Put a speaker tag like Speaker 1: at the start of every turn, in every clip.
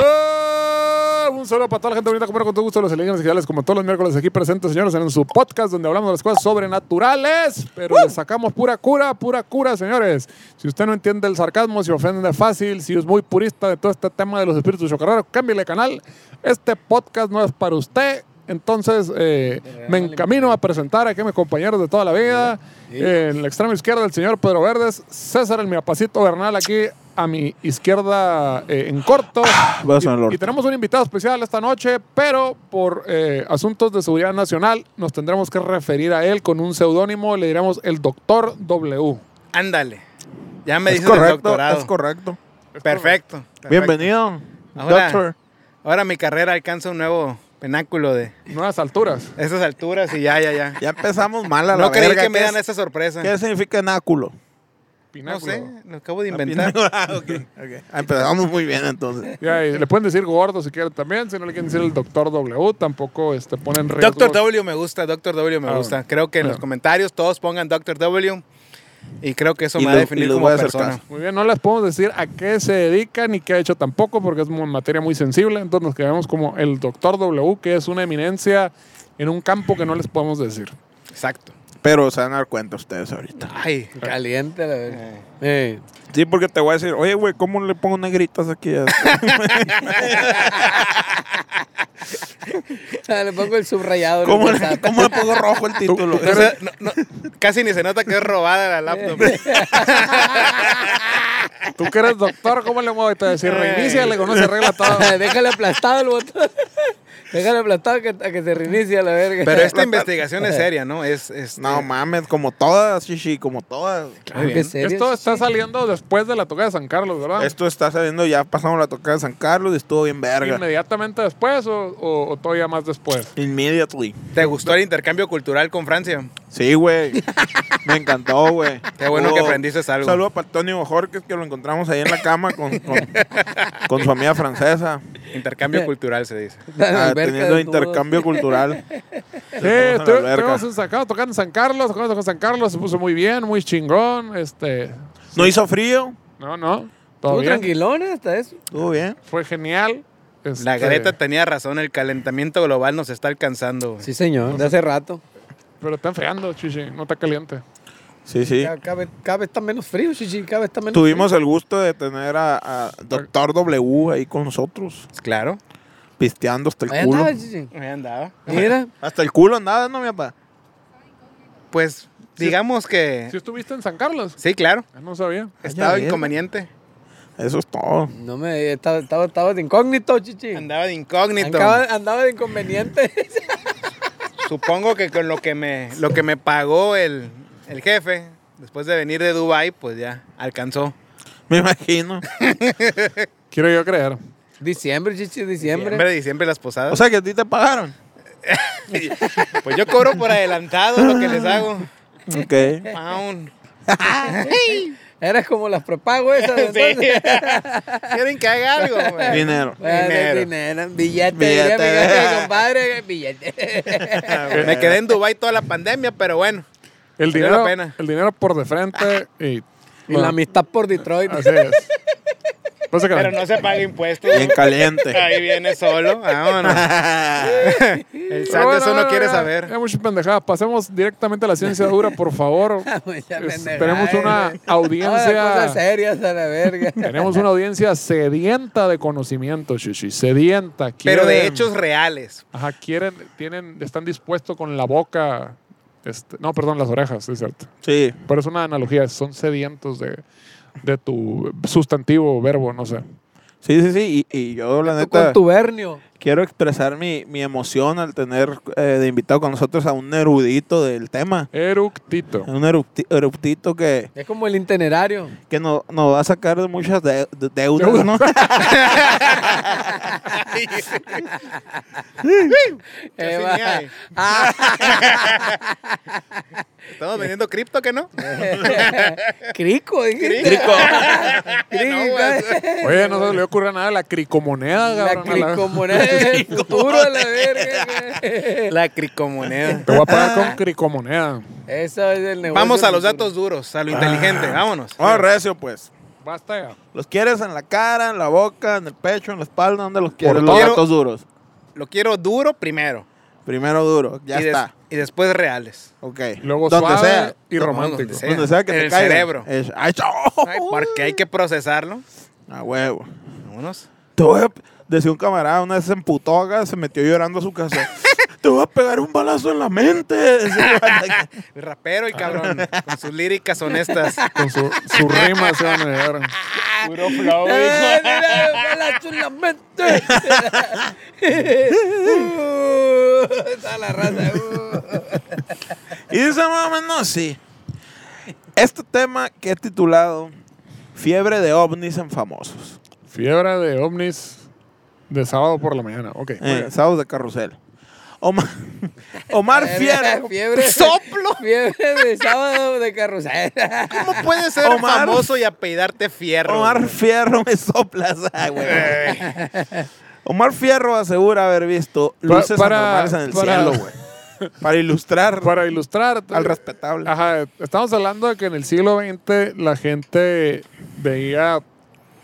Speaker 1: ¡Ah! Un saludo para toda la gente bonita, como no, con todo gusto, los alienígenas digitales, como todos los miércoles aquí presentes, señores, en su podcast donde hablamos de las cosas sobrenaturales, pero le sacamos pura cura, pura cura, señores. Si usted no entiende el sarcasmo, si ofende fácil, si es muy purista de todo este tema de los espíritus chocarreros, cámbiale canal. Este podcast no es para usted. Entonces, eh, me encamino a presentar aquí a mis compañeros de toda la vida. En la extrema izquierda, el señor Pedro Verdes, César, el miapacito Bernal, aquí a mi izquierda eh, en corto.
Speaker 2: Vas
Speaker 1: Y-
Speaker 2: al norte.
Speaker 1: y tenemos un invitado especial esta noche, pero por eh, asuntos de seguridad nacional nos tendremos que referir a él con un seudónimo, le diremos el Doctor W.
Speaker 3: Ándale. Ya me
Speaker 2: Es
Speaker 3: dices el
Speaker 2: correcto,
Speaker 3: doctorado.
Speaker 2: es correcto.
Speaker 3: perfecto, perfecto.
Speaker 2: Bienvenido,
Speaker 3: Ahora-
Speaker 2: doctor.
Speaker 3: Ahora mi carrera alcanza un nuevo penáculo de
Speaker 1: Nuevas alturas.
Speaker 3: esas alturas y ya, ya, ya.
Speaker 2: Ya empezamos mal a la
Speaker 3: no creí
Speaker 2: verga.
Speaker 3: que me
Speaker 2: ¿Qué
Speaker 3: dan
Speaker 2: es-
Speaker 3: esa sorpresa.
Speaker 2: ¿Qué significa náculo?
Speaker 3: No
Speaker 1: Pináculo.
Speaker 3: sé, lo acabo de inventar.
Speaker 2: Ah, ok, ok. Ah, Empezamos muy bien entonces.
Speaker 1: Ya, y le pueden decir gordo si quieren también, si no le quieren decir el Doctor W, tampoco este, ponen riesgo.
Speaker 3: Doctor W me gusta, Doctor W me
Speaker 1: Ah,
Speaker 3: gusta. Creo que en los
Speaker 1: bueno.
Speaker 3: comentarios todos pongan Doctor W y creo que eso
Speaker 2: Y
Speaker 3: me va
Speaker 2: lo-
Speaker 3: a
Speaker 2: y
Speaker 3: definir
Speaker 2: lo
Speaker 3: como
Speaker 2: voy a hacer
Speaker 3: persona.
Speaker 2: caso.
Speaker 1: Muy bien, no les podemos decir a qué se dedica ni qué ha hecho tampoco, porque es una materia muy sensible. Entonces nos quedamos como el Doctor W, que es una eminencia en un campo que no les podemos decir.
Speaker 3: Exacto.
Speaker 2: Pero se van a dar cuenta ustedes ahorita.
Speaker 3: Ay,
Speaker 4: Caliente, la verdad. Eh.
Speaker 2: Sí, porque te voy a decir, oye, güey, ¿cómo le pongo negritas aquí? a esto?"
Speaker 4: Ah, Le pongo el subrayado. en
Speaker 2: ¿Cómo
Speaker 4: el
Speaker 2: le,
Speaker 4: WhatsApp.
Speaker 2: cómo le pongo rojo el título?
Speaker 3: no sé, no- no- casi ni se nota que es robada la laptop.
Speaker 1: Tú que eres doctor, ¿cómo le muevo? Te decir, reinicia, le conoce, arregla todo.
Speaker 4: Déjale aplastado el botón. Déjale aplastado que, a que se reinicia la verga.
Speaker 3: Pero esta investigación es seria, ¿no? Es, este, es
Speaker 2: No mames, como todas, shishi, como todas.
Speaker 4: Claro que
Speaker 3: bien.
Speaker 4: es serio.
Speaker 1: Esto está saliendo después de la toca de San Carlos, ¿verdad?
Speaker 2: Esto está saliendo, ya pasamos la tocada de San Carlos y estuvo bien verga.
Speaker 1: ¿Inmediatamente después o, o- o todavía más después?
Speaker 2: Immediately.
Speaker 3: ¿Te gustó el intercambio cultural con Francia?
Speaker 2: Sí, güey. Me encantó, güey.
Speaker 3: Qué bueno que aprendiste algo.
Speaker 2: Saludos para Antonio Bojorquez, que lo encontramos ahí en la cama con, con, con su amiga francesa,
Speaker 3: Intercambio cultural se dice.
Speaker 4: La
Speaker 2: ah,
Speaker 4: alberca
Speaker 2: teniendo
Speaker 4: de nudos.
Speaker 2: intercambio cultural.
Speaker 1: Sí,
Speaker 2: en la
Speaker 1: estu-
Speaker 2: alberca.
Speaker 1: estuvimos en San Carlos, tocando en San Carlos, tocando en San Carlos, se puso muy bien, muy chingón, este...
Speaker 2: No hizo frío,
Speaker 1: No, no, todo
Speaker 4: Tú
Speaker 1: bien.
Speaker 4: tranquilón hasta eso.
Speaker 2: estuvo bien.
Speaker 1: Fue genial. este,
Speaker 3: La Greta tenía razón, el calentamiento global nos está alcanzando. güey.
Speaker 4: Sí, señor. De hace rato.
Speaker 1: Pero está enfriando, chichi, no está caliente.
Speaker 2: Sí, sí.
Speaker 4: Ya Cada, vez- cada vez está menos frío, chichi. Cada vez está menos
Speaker 2: Tuvimos el gusto de tener a, Doctor W ahí con nosotros,
Speaker 3: Pues Claro.
Speaker 2: pisteando hasta el
Speaker 4: frío. Ahí
Speaker 2: culo.
Speaker 4: andaba, chichi.
Speaker 3: Ahí andaba.
Speaker 4: Mira.
Speaker 2: Hasta el culo andaba, ¿no, mi papá?
Speaker 3: Pues digamos que...
Speaker 1: ¿Sí estuviste en San Carlos?
Speaker 3: Sí, claro.
Speaker 1: Ah, No sabía.
Speaker 3: Estaba
Speaker 2: verga.
Speaker 3: inconveniente.
Speaker 2: Eso es todo.
Speaker 4: No me. Estaba, estaba, estaba de incógnito, chichi.
Speaker 3: Andaba de incógnito.
Speaker 4: Andaba, andaba de inconveniente.
Speaker 3: Supongo que con lo que me, lo que me pagó el, el jefe, después de venir de Dubai, pues ya alcanzó.
Speaker 2: Me imagino.
Speaker 1: Quiero yo creer.
Speaker 4: diciembre, chichi, diciembre.
Speaker 3: Diciembre, diciembre las posadas.
Speaker 2: O sea, que a ti te pagaron.
Speaker 3: pues yo cobro por adelantado lo que les hago.
Speaker 2: Ok.
Speaker 3: Pound.
Speaker 4: Eras como las prepago esas.
Speaker 3: Sí.
Speaker 4: entonces.
Speaker 3: Quieren que haga algo. güey?
Speaker 2: Dinero.
Speaker 4: Ah, de
Speaker 3: Dinero.
Speaker 4: Dinero. Billete.
Speaker 2: Billete.
Speaker 4: diría mi jefe, compadre. eh, Billete.
Speaker 3: Me quedé en Dubai toda la pandemia, pero bueno.
Speaker 1: El
Speaker 3: Valió
Speaker 1: dinero,
Speaker 3: la pena.
Speaker 1: el dinero por de frente y...
Speaker 4: Y la amistad por Detroit.
Speaker 3: Ah,
Speaker 1: Así es. No sé qué.
Speaker 3: Pero no se paga impuestos.
Speaker 2: Bien caliente.
Speaker 3: Ahí viene solo. Vámonos. El
Speaker 1: Pero
Speaker 3: Sanderson
Speaker 1: bueno,
Speaker 3: no
Speaker 1: bueno,
Speaker 3: quiere
Speaker 1: ya,
Speaker 3: saber.
Speaker 1: Ya muchas pendejadas. Eh, Pasemos directamente a la ciencia dura, por favor.
Speaker 4: Ah, Mucha eh. Ah,
Speaker 1: Es-
Speaker 4: pendejada,
Speaker 1: tenemos una
Speaker 3: eh.
Speaker 4: güey.
Speaker 1: audiencia-
Speaker 4: Ahora, Cosas serias a la verga.
Speaker 1: Tenemos una audiencia sedienta de conocimiento, Shishi. Sedienta.
Speaker 3: Pero de
Speaker 1: Quieren-
Speaker 3: hechos reales.
Speaker 1: Ajá, quieren, tienen, están dispuestos con la boca. este, no, perdón, las orejas, es cierto.
Speaker 2: Sí.
Speaker 1: Pero es una analogía, son sedientos de, de tu sustantivo, verbo, no sé.
Speaker 2: Sí, sí, sí. Y, y yo, la
Speaker 4: Tú
Speaker 2: neta.
Speaker 4: con tu vernio.
Speaker 2: quiero expresar mi, mi emoción al tener eh, de invitado con nosotros a un erudito del tema.
Speaker 1: Eructito.
Speaker 2: Un erupti- erudito que,
Speaker 4: Es como el itinerario.
Speaker 2: que no- nos va a sacar de muchas de- de- deudas, ¿no?
Speaker 4: Eh,
Speaker 3: sí,
Speaker 4: va. Ah.
Speaker 3: ni hay. Estamos vendiendo cripto, ¿qué no?
Speaker 4: Crico, dijiste.
Speaker 3: Crico.
Speaker 4: Crico.
Speaker 3: No, pues. güey.
Speaker 1: Oye, no se le ocurre nada la cricomoneda,
Speaker 4: La
Speaker 1: cabrón, a la-
Speaker 4: cricomoneda es el futuro de la verga. güey.
Speaker 3: La cricomoneda.
Speaker 1: Te voy a pagar con cricomoneda.
Speaker 4: Eso es el negocio.
Speaker 3: Vamos a los
Speaker 4: del futuro.
Speaker 3: datos duros, a lo inteligente, vámonos.
Speaker 2: Oh, recio, pues.
Speaker 1: Basta ya.
Speaker 2: Los quieres en la cara, en la boca, en el pecho, en la espalda, ¿dónde los quieres?
Speaker 3: Por
Speaker 2: Los
Speaker 3: todo.
Speaker 2: datos duros.
Speaker 3: Lo quiero duro primero.
Speaker 2: Primero duro, ya
Speaker 3: y des-
Speaker 2: está.
Speaker 3: Y después reales.
Speaker 2: Ok.
Speaker 1: Luego
Speaker 2: donde
Speaker 1: suave
Speaker 2: sea.
Speaker 1: y
Speaker 3: No,
Speaker 1: romántico.
Speaker 3: donde sea.
Speaker 2: Donde sea que
Speaker 3: En
Speaker 2: te
Speaker 3: el
Speaker 2: caiga.
Speaker 3: cerebro.
Speaker 2: Es- ¡Ay, chao!
Speaker 3: Ay, porque hay que procesarlo.
Speaker 2: A huevo.
Speaker 3: Vámonos.
Speaker 2: Te voy a... Decía un camarada, una vez se emputó acá, se metió llorando a su casa. Te voy a pegar un balazo en la mente. Decía,
Speaker 3: Rapero y cabrón, con sus líricas honestas.
Speaker 1: Con su, su rima se van a llegar.
Speaker 2: Puro flow.
Speaker 4: Eh, mira, me la echo en la mente. Uh, está la raza. uh.
Speaker 2: Y dice más o menos sí. Este tema que he titulado Fiebre de ovnis en famosos.
Speaker 1: Fiebre de ovnis de sábado por la mañana. Ok. muy
Speaker 2: Eh,
Speaker 1: bien.
Speaker 2: sábados de carrusel. Omar, Omar Fierro.
Speaker 4: Fiebre.
Speaker 3: ¡Soplo!
Speaker 4: Fiebre de sábado de carrusel.
Speaker 3: ¿Cómo puedes ser
Speaker 2: Omar-
Speaker 3: famoso y apellidarte fierro?
Speaker 2: Omar
Speaker 3: güey?
Speaker 2: Fierro me soplas. ah, güey. Omar Fierro asegura haber visto
Speaker 1: Pa-
Speaker 2: luces
Speaker 1: para-
Speaker 2: anormales en el
Speaker 1: para-
Speaker 2: cielo, güey. Para ilustrar
Speaker 1: Para ilustrar
Speaker 2: al respetable.
Speaker 1: Ajá, estamos hablando de que en el siglo XX la gente veía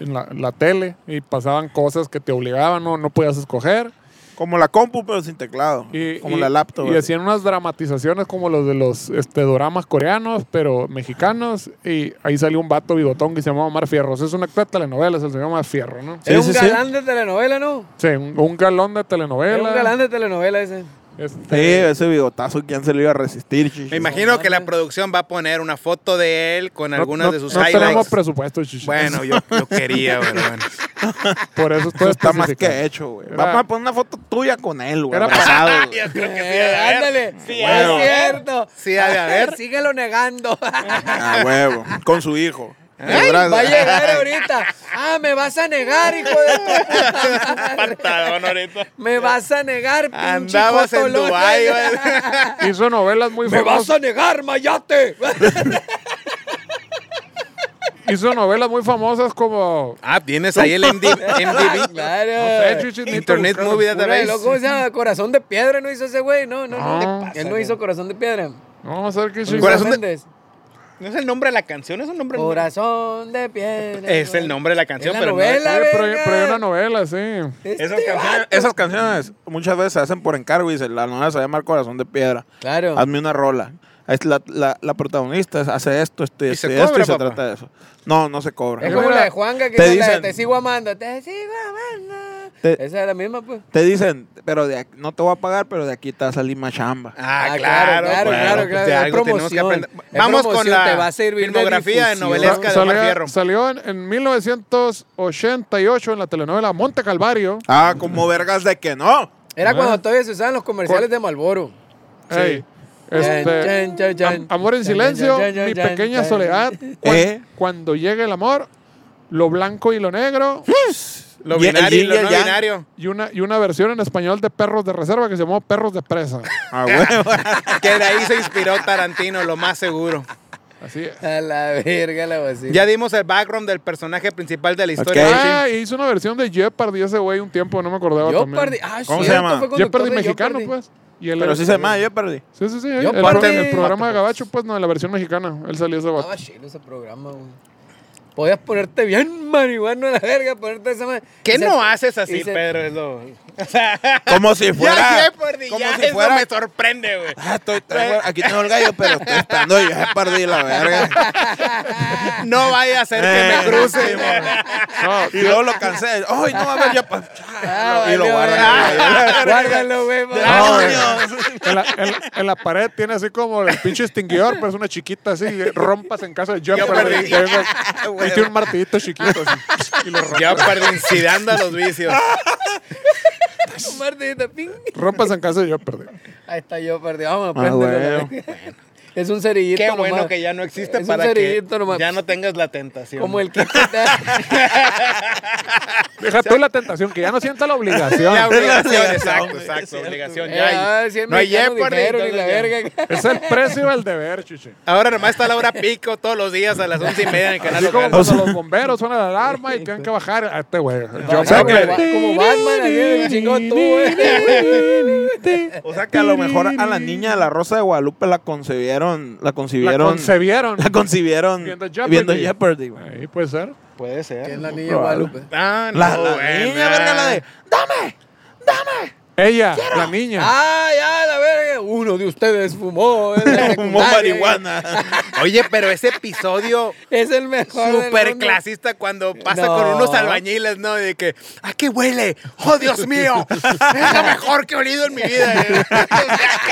Speaker 1: en la, la tele y pasaban cosas que te obligaban, no, no podías escoger.
Speaker 2: Como la compu, pero sin teclado.
Speaker 1: Y,
Speaker 2: como
Speaker 1: y-
Speaker 2: la laptop.
Speaker 1: Y
Speaker 2: güey.
Speaker 1: hacían unas dramatizaciones como los de los este, doramas coreanos, pero mexicanos. Y ahí salió un vato bigotón que se llamaba Omar Fierro. O sea, es un actor de telenovelas, él se llama Fierro, ¿no?
Speaker 2: Sí,
Speaker 4: es
Speaker 2: sí, sí.
Speaker 4: un galán de telenovela, ¿no?
Speaker 1: Sí, un, un galón de
Speaker 4: Es
Speaker 1: telenovela.
Speaker 4: un galán de telenovela ese.
Speaker 2: Sí,
Speaker 1: Este,
Speaker 2: ese bigotazo, ¿quién se lo iba a resistir? chichi?
Speaker 3: Me imagino que la producción va a poner una foto de él con
Speaker 1: no-
Speaker 3: algunas
Speaker 1: no-
Speaker 3: de sus
Speaker 1: no tenemos
Speaker 3: highlights.
Speaker 1: presupuesto, chichi.
Speaker 3: Bueno, yo, yo quería, pero bueno.
Speaker 1: Por eso
Speaker 2: Eso
Speaker 1: estoy
Speaker 2: está más que
Speaker 1: especificando.
Speaker 2: hecho, güey.
Speaker 1: Era-
Speaker 2: Vamos a poner una foto tuya con él, güey.
Speaker 1: Era para-
Speaker 2: abrazado, güey.
Speaker 3: Yo creo que sí,
Speaker 4: Eh,
Speaker 3: a ver.
Speaker 4: ándale.
Speaker 3: Sí, a
Speaker 4: es
Speaker 3: ver.
Speaker 4: cierto. Ah,
Speaker 3: Sí, a ver, a ver.
Speaker 4: Síguelo negando.
Speaker 2: A Ah, huevo. Con su hijo.
Speaker 3: Eh,
Speaker 4: Ay, va a llegar ahorita. Ah, me vas a negar, hijo de tu puta madre.
Speaker 3: Patadón ahorita.
Speaker 4: Me vas a negar, pinche
Speaker 3: Andabas en
Speaker 4: jotolón.
Speaker 3: Dubái, güey.
Speaker 1: Hizo novelas muy
Speaker 4: Me
Speaker 1: famosas.
Speaker 4: vas a negar, Mayate.
Speaker 1: Hizo novelas muy famosas como.
Speaker 3: Ah, tienes ahí el MD, MDB.
Speaker 1: Eh,
Speaker 4: claro.
Speaker 1: chichi, necesito
Speaker 3: Internet
Speaker 1: buscar-
Speaker 3: Movie
Speaker 4: Pura de loco,
Speaker 3: Database.
Speaker 4: ¿Cómo se llama? Corazón de piedra no hizo ese güey. No, no, no.
Speaker 1: No.
Speaker 4: Él no hizo corazón de piedra.
Speaker 1: Vamos a ver qué
Speaker 4: Luis
Speaker 1: chichi.
Speaker 3: Corazón de-
Speaker 4: Méndez.
Speaker 3: No es el nombre de la canción, es un nombre.
Speaker 4: Corazón de piedra.
Speaker 3: Es el nombre de la canción,
Speaker 4: Es la
Speaker 3: pero no-
Speaker 4: novela,
Speaker 1: Oye, Eh, pero,
Speaker 4: venga.
Speaker 1: pero hay una novela, sí.
Speaker 4: Este
Speaker 2: Esas canciones,
Speaker 3: Ah,
Speaker 4: vato.
Speaker 2: esas canciones muchas veces se hacen por encargo y dicen, la novela se llama El Corazón de Piedra.
Speaker 4: Claro.
Speaker 2: Hazme una rola. Es la, la, la protagonista hace esto, esto y,
Speaker 3: ¿Y
Speaker 2: esto,
Speaker 3: se
Speaker 2: y esto,
Speaker 3: cobra,
Speaker 2: y se
Speaker 3: papá?
Speaker 2: trata de eso. No, no se cobra.
Speaker 4: Es
Speaker 1: Es
Speaker 4: como
Speaker 1: una-
Speaker 4: la de Juanga que
Speaker 2: te
Speaker 4: te,
Speaker 2: dicen-
Speaker 4: te sigo amando, te sigo amando.
Speaker 2: Te-
Speaker 4: Esa es la misma, pues.
Speaker 2: Te dicen, pero de aquí- no te voy a pagar, pero de aquí te va a salir más chamba.
Speaker 3: Ah,
Speaker 4: Ah,
Speaker 3: claro,
Speaker 4: claro, claro, claro,
Speaker 3: pues, de
Speaker 4: claro, es
Speaker 3: algo tenemos que
Speaker 4: promoción.
Speaker 3: aprender.
Speaker 4: Es
Speaker 3: Vamos con
Speaker 4: promoción,
Speaker 3: la
Speaker 4: te va a servir de
Speaker 3: filmografía de,
Speaker 4: difusión.
Speaker 3: novelesca de Omar
Speaker 1: Salía-
Speaker 3: Fierro.
Speaker 1: salió en, en 1988 en la telenovela Monte Calvario.
Speaker 2: Ah, como vergas de que no.
Speaker 4: Era cuando todavía se usaban los comerciales de Malboro.
Speaker 1: Ey, este,
Speaker 4: Chan, chan, chan,
Speaker 1: Am- Amor en
Speaker 4: chan,
Speaker 1: silencio,
Speaker 4: chan, chan,
Speaker 1: mi
Speaker 4: chan,
Speaker 1: pequeña
Speaker 4: chan.
Speaker 1: soledad. Cuan-
Speaker 2: ¿Eh?
Speaker 1: Cuando llegue el amor, lo blanco y lo negro.
Speaker 3: Lo
Speaker 2: Y el
Speaker 3: binario, y
Speaker 2: yin y
Speaker 3: lo
Speaker 2: el
Speaker 3: no
Speaker 2: yang.
Speaker 3: binario.
Speaker 1: Y una, y una versión en español de Perros de Reserva que se llamó Perros de Presa.
Speaker 2: Ah, huevo.
Speaker 3: Que de ahí se inspiró Tarantino, lo más seguro.
Speaker 1: Así es.
Speaker 4: A la verga, la vacía.
Speaker 3: Ya dimos el background del personaje principal de la historia.
Speaker 2: Ok.
Speaker 3: Richie.
Speaker 1: Ah, y hizo una versión de Jeopardy ese güey un tiempo, no me acordaba
Speaker 4: yo
Speaker 1: también.
Speaker 4: perdí. Ah,
Speaker 2: ¿Cómo se
Speaker 4: cierto,
Speaker 2: llama?
Speaker 4: fue conductor
Speaker 1: Jeopardy
Speaker 4: de
Speaker 1: mexicano,
Speaker 4: Jeopardy.
Speaker 1: pues. Y él
Speaker 2: pero
Speaker 1: era-
Speaker 2: sí se llama, yo perdí.
Speaker 1: Sí, sí, sí. El,
Speaker 4: Jeopardy.
Speaker 1: pro-
Speaker 4: Parte-
Speaker 1: el programa de Gabacho, pues no, de la versión mexicana. Él salió ese vato.
Speaker 4: Estaba chido Ah, ese programa, güey. Podías ponerte bien marihuana a la verga, ponerte esa madre. "Ah,
Speaker 3: ¿Qué
Speaker 4: Y se-
Speaker 3: no haces así,
Speaker 4: y se-
Speaker 3: Pedro? Es lo-
Speaker 2: Como si fuera.
Speaker 3: ya, Jeopardy,
Speaker 2: como
Speaker 3: ya,
Speaker 2: si
Speaker 3: eso
Speaker 2: fuera.
Speaker 3: me sorprende, güey.
Speaker 2: Ah, estoy, traigo- aquí tengo el gallo, pero estoy esperando. Yo ya perdí la verga.
Speaker 3: Ah. No vaya a ser
Speaker 2: Eh,
Speaker 3: que me
Speaker 2: sí,
Speaker 3: cruce.
Speaker 1: No,
Speaker 2: Ah, Y luego lo cansé. Ay, no, a ver, ya pa-
Speaker 4: Ah,
Speaker 2: Y lo
Speaker 4: valió,
Speaker 2: guardan.
Speaker 4: verga. Guárdalo, güey.
Speaker 2: Demonios.
Speaker 1: en, la, en la- en la pared tiene así como el pinche extinguidor, pero es una chiquita así, de rompas en casa de Jeopardy.
Speaker 3: Jeopardy.
Speaker 1: Y tiene- Y tiene un martillito chiquito así. Y lo rompe.
Speaker 3: Ya perdí, incidiando a los vicios.
Speaker 4: Martita, ping.
Speaker 1: Rompas en casa y yo perdí.
Speaker 4: Ahí está yo perdido. Vamos,
Speaker 2: Ah,
Speaker 4: préndelo, la
Speaker 2: bueno.
Speaker 4: verga. Es un cerillito
Speaker 3: Qué bueno
Speaker 4: nomás.
Speaker 3: que ya no existe
Speaker 4: Es un
Speaker 3: para que
Speaker 4: cerillito nomás.
Speaker 3: ya no tengas la tentación.
Speaker 4: Como el que está...
Speaker 1: Deja tú la tentación, que ya no sienta la obligación.
Speaker 3: La obligación,
Speaker 2: Es la
Speaker 3: exacto,
Speaker 2: obligación, es
Speaker 3: exacto,
Speaker 2: cierto.
Speaker 3: obligación.
Speaker 4: Eh,
Speaker 3: Ya
Speaker 4: ah,
Speaker 3: hay-
Speaker 4: sí,
Speaker 3: no hay
Speaker 4: mexicanos
Speaker 3: Jeopardy,
Speaker 4: dijeron, y
Speaker 3: entonces
Speaker 4: la
Speaker 3: ya.
Speaker 4: verga.
Speaker 1: Es el precio del deber, chiche.
Speaker 3: Ahora nomás está la hora pico todos los días a las once y media en el canal
Speaker 1: Así como
Speaker 3: local.
Speaker 1: cuando los bomberos suena la alarma y tienen que bajar a este güey. Yo
Speaker 4: Como
Speaker 1: sé
Speaker 4: Ba-
Speaker 1: que...
Speaker 4: Como Batman, así de chingón tú, güey.
Speaker 2: O sea que a lo mejor a la niña de la Rosa de Guadalupe la concebieron. La
Speaker 1: La
Speaker 2: concibieron.
Speaker 1: concebieron.
Speaker 2: la concibieron
Speaker 1: Viendo Jeopardy.
Speaker 2: viendo Jeopardy, güey.
Speaker 1: Ahí puede ser.
Speaker 3: Puede
Speaker 4: Que es
Speaker 3: ser.
Speaker 4: la niña de Guadalupe.
Speaker 3: Ah, no,
Speaker 2: La, la
Speaker 3: buena.
Speaker 2: niña, verga, la de. ¡Dame! ¡Dame!
Speaker 1: Ella, la niña.
Speaker 4: Ah, ya, la verga. Uno de ustedes fumó. en la
Speaker 2: Fumó
Speaker 4: secundaria.
Speaker 2: marihuana.
Speaker 3: Oye, pero ese episodio
Speaker 4: Es el mejor. del
Speaker 3: súper
Speaker 4: mundo.
Speaker 3: clasista cuando pasa
Speaker 4: No.
Speaker 3: con unos albañiles, ¿no? De que, ¿a qué huele? ¡Oh, Dios mío! Es lo mejor que he olido en mi vida.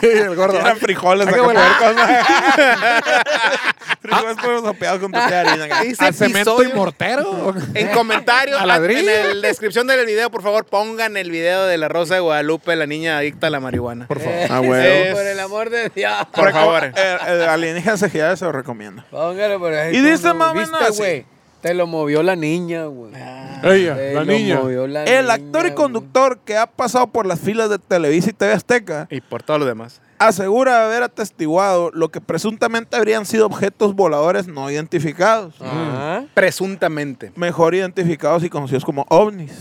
Speaker 1: Sí, el gordo.
Speaker 2: Eran frijoles.
Speaker 1: Hay
Speaker 2: acá
Speaker 1: que
Speaker 2: con
Speaker 1: volver. Ah.
Speaker 2: frijoles fueron sopeados con tortilla de harina. acá.
Speaker 3: Ese
Speaker 1: ¿A cemento y
Speaker 3: episodio-
Speaker 1: mortero?
Speaker 3: En comentarios,
Speaker 1: ¿A ladrillo?
Speaker 3: en la descripción del video, por favor, pongan el video de la Rosa de Guadalupe, la niña adicta a la marihuana. Por favor.
Speaker 4: Eh,
Speaker 2: Ah, güey.
Speaker 4: sí, Por el amor de Dios.
Speaker 3: Por
Speaker 2: Reco-
Speaker 3: favor.
Speaker 2: Eh, eh, alienígenas ejidales se lo recomiendo.
Speaker 4: Póngale por ahí.
Speaker 2: Y
Speaker 4: tú
Speaker 2: dice
Speaker 4: lo
Speaker 2: más o menos
Speaker 4: viste,
Speaker 2: así.
Speaker 4: güey. Te lo movió la niña, güey.
Speaker 2: Ah,
Speaker 3: Eh,
Speaker 1: Ella,
Speaker 4: Te
Speaker 1: la
Speaker 4: lo
Speaker 1: niña.
Speaker 4: movió la
Speaker 2: El
Speaker 4: niña,
Speaker 2: actor y
Speaker 4: güey.
Speaker 2: conductor que ha pasado por las filas de Televisa y TV Azteca
Speaker 3: Y por todo lo demás.
Speaker 2: asegura haber atestiguado lo que presuntamente habrían sido objetos voladores no identificados,
Speaker 4: Ajá.
Speaker 3: Presuntamente.
Speaker 2: mejor identificados y conocidos como ovnis.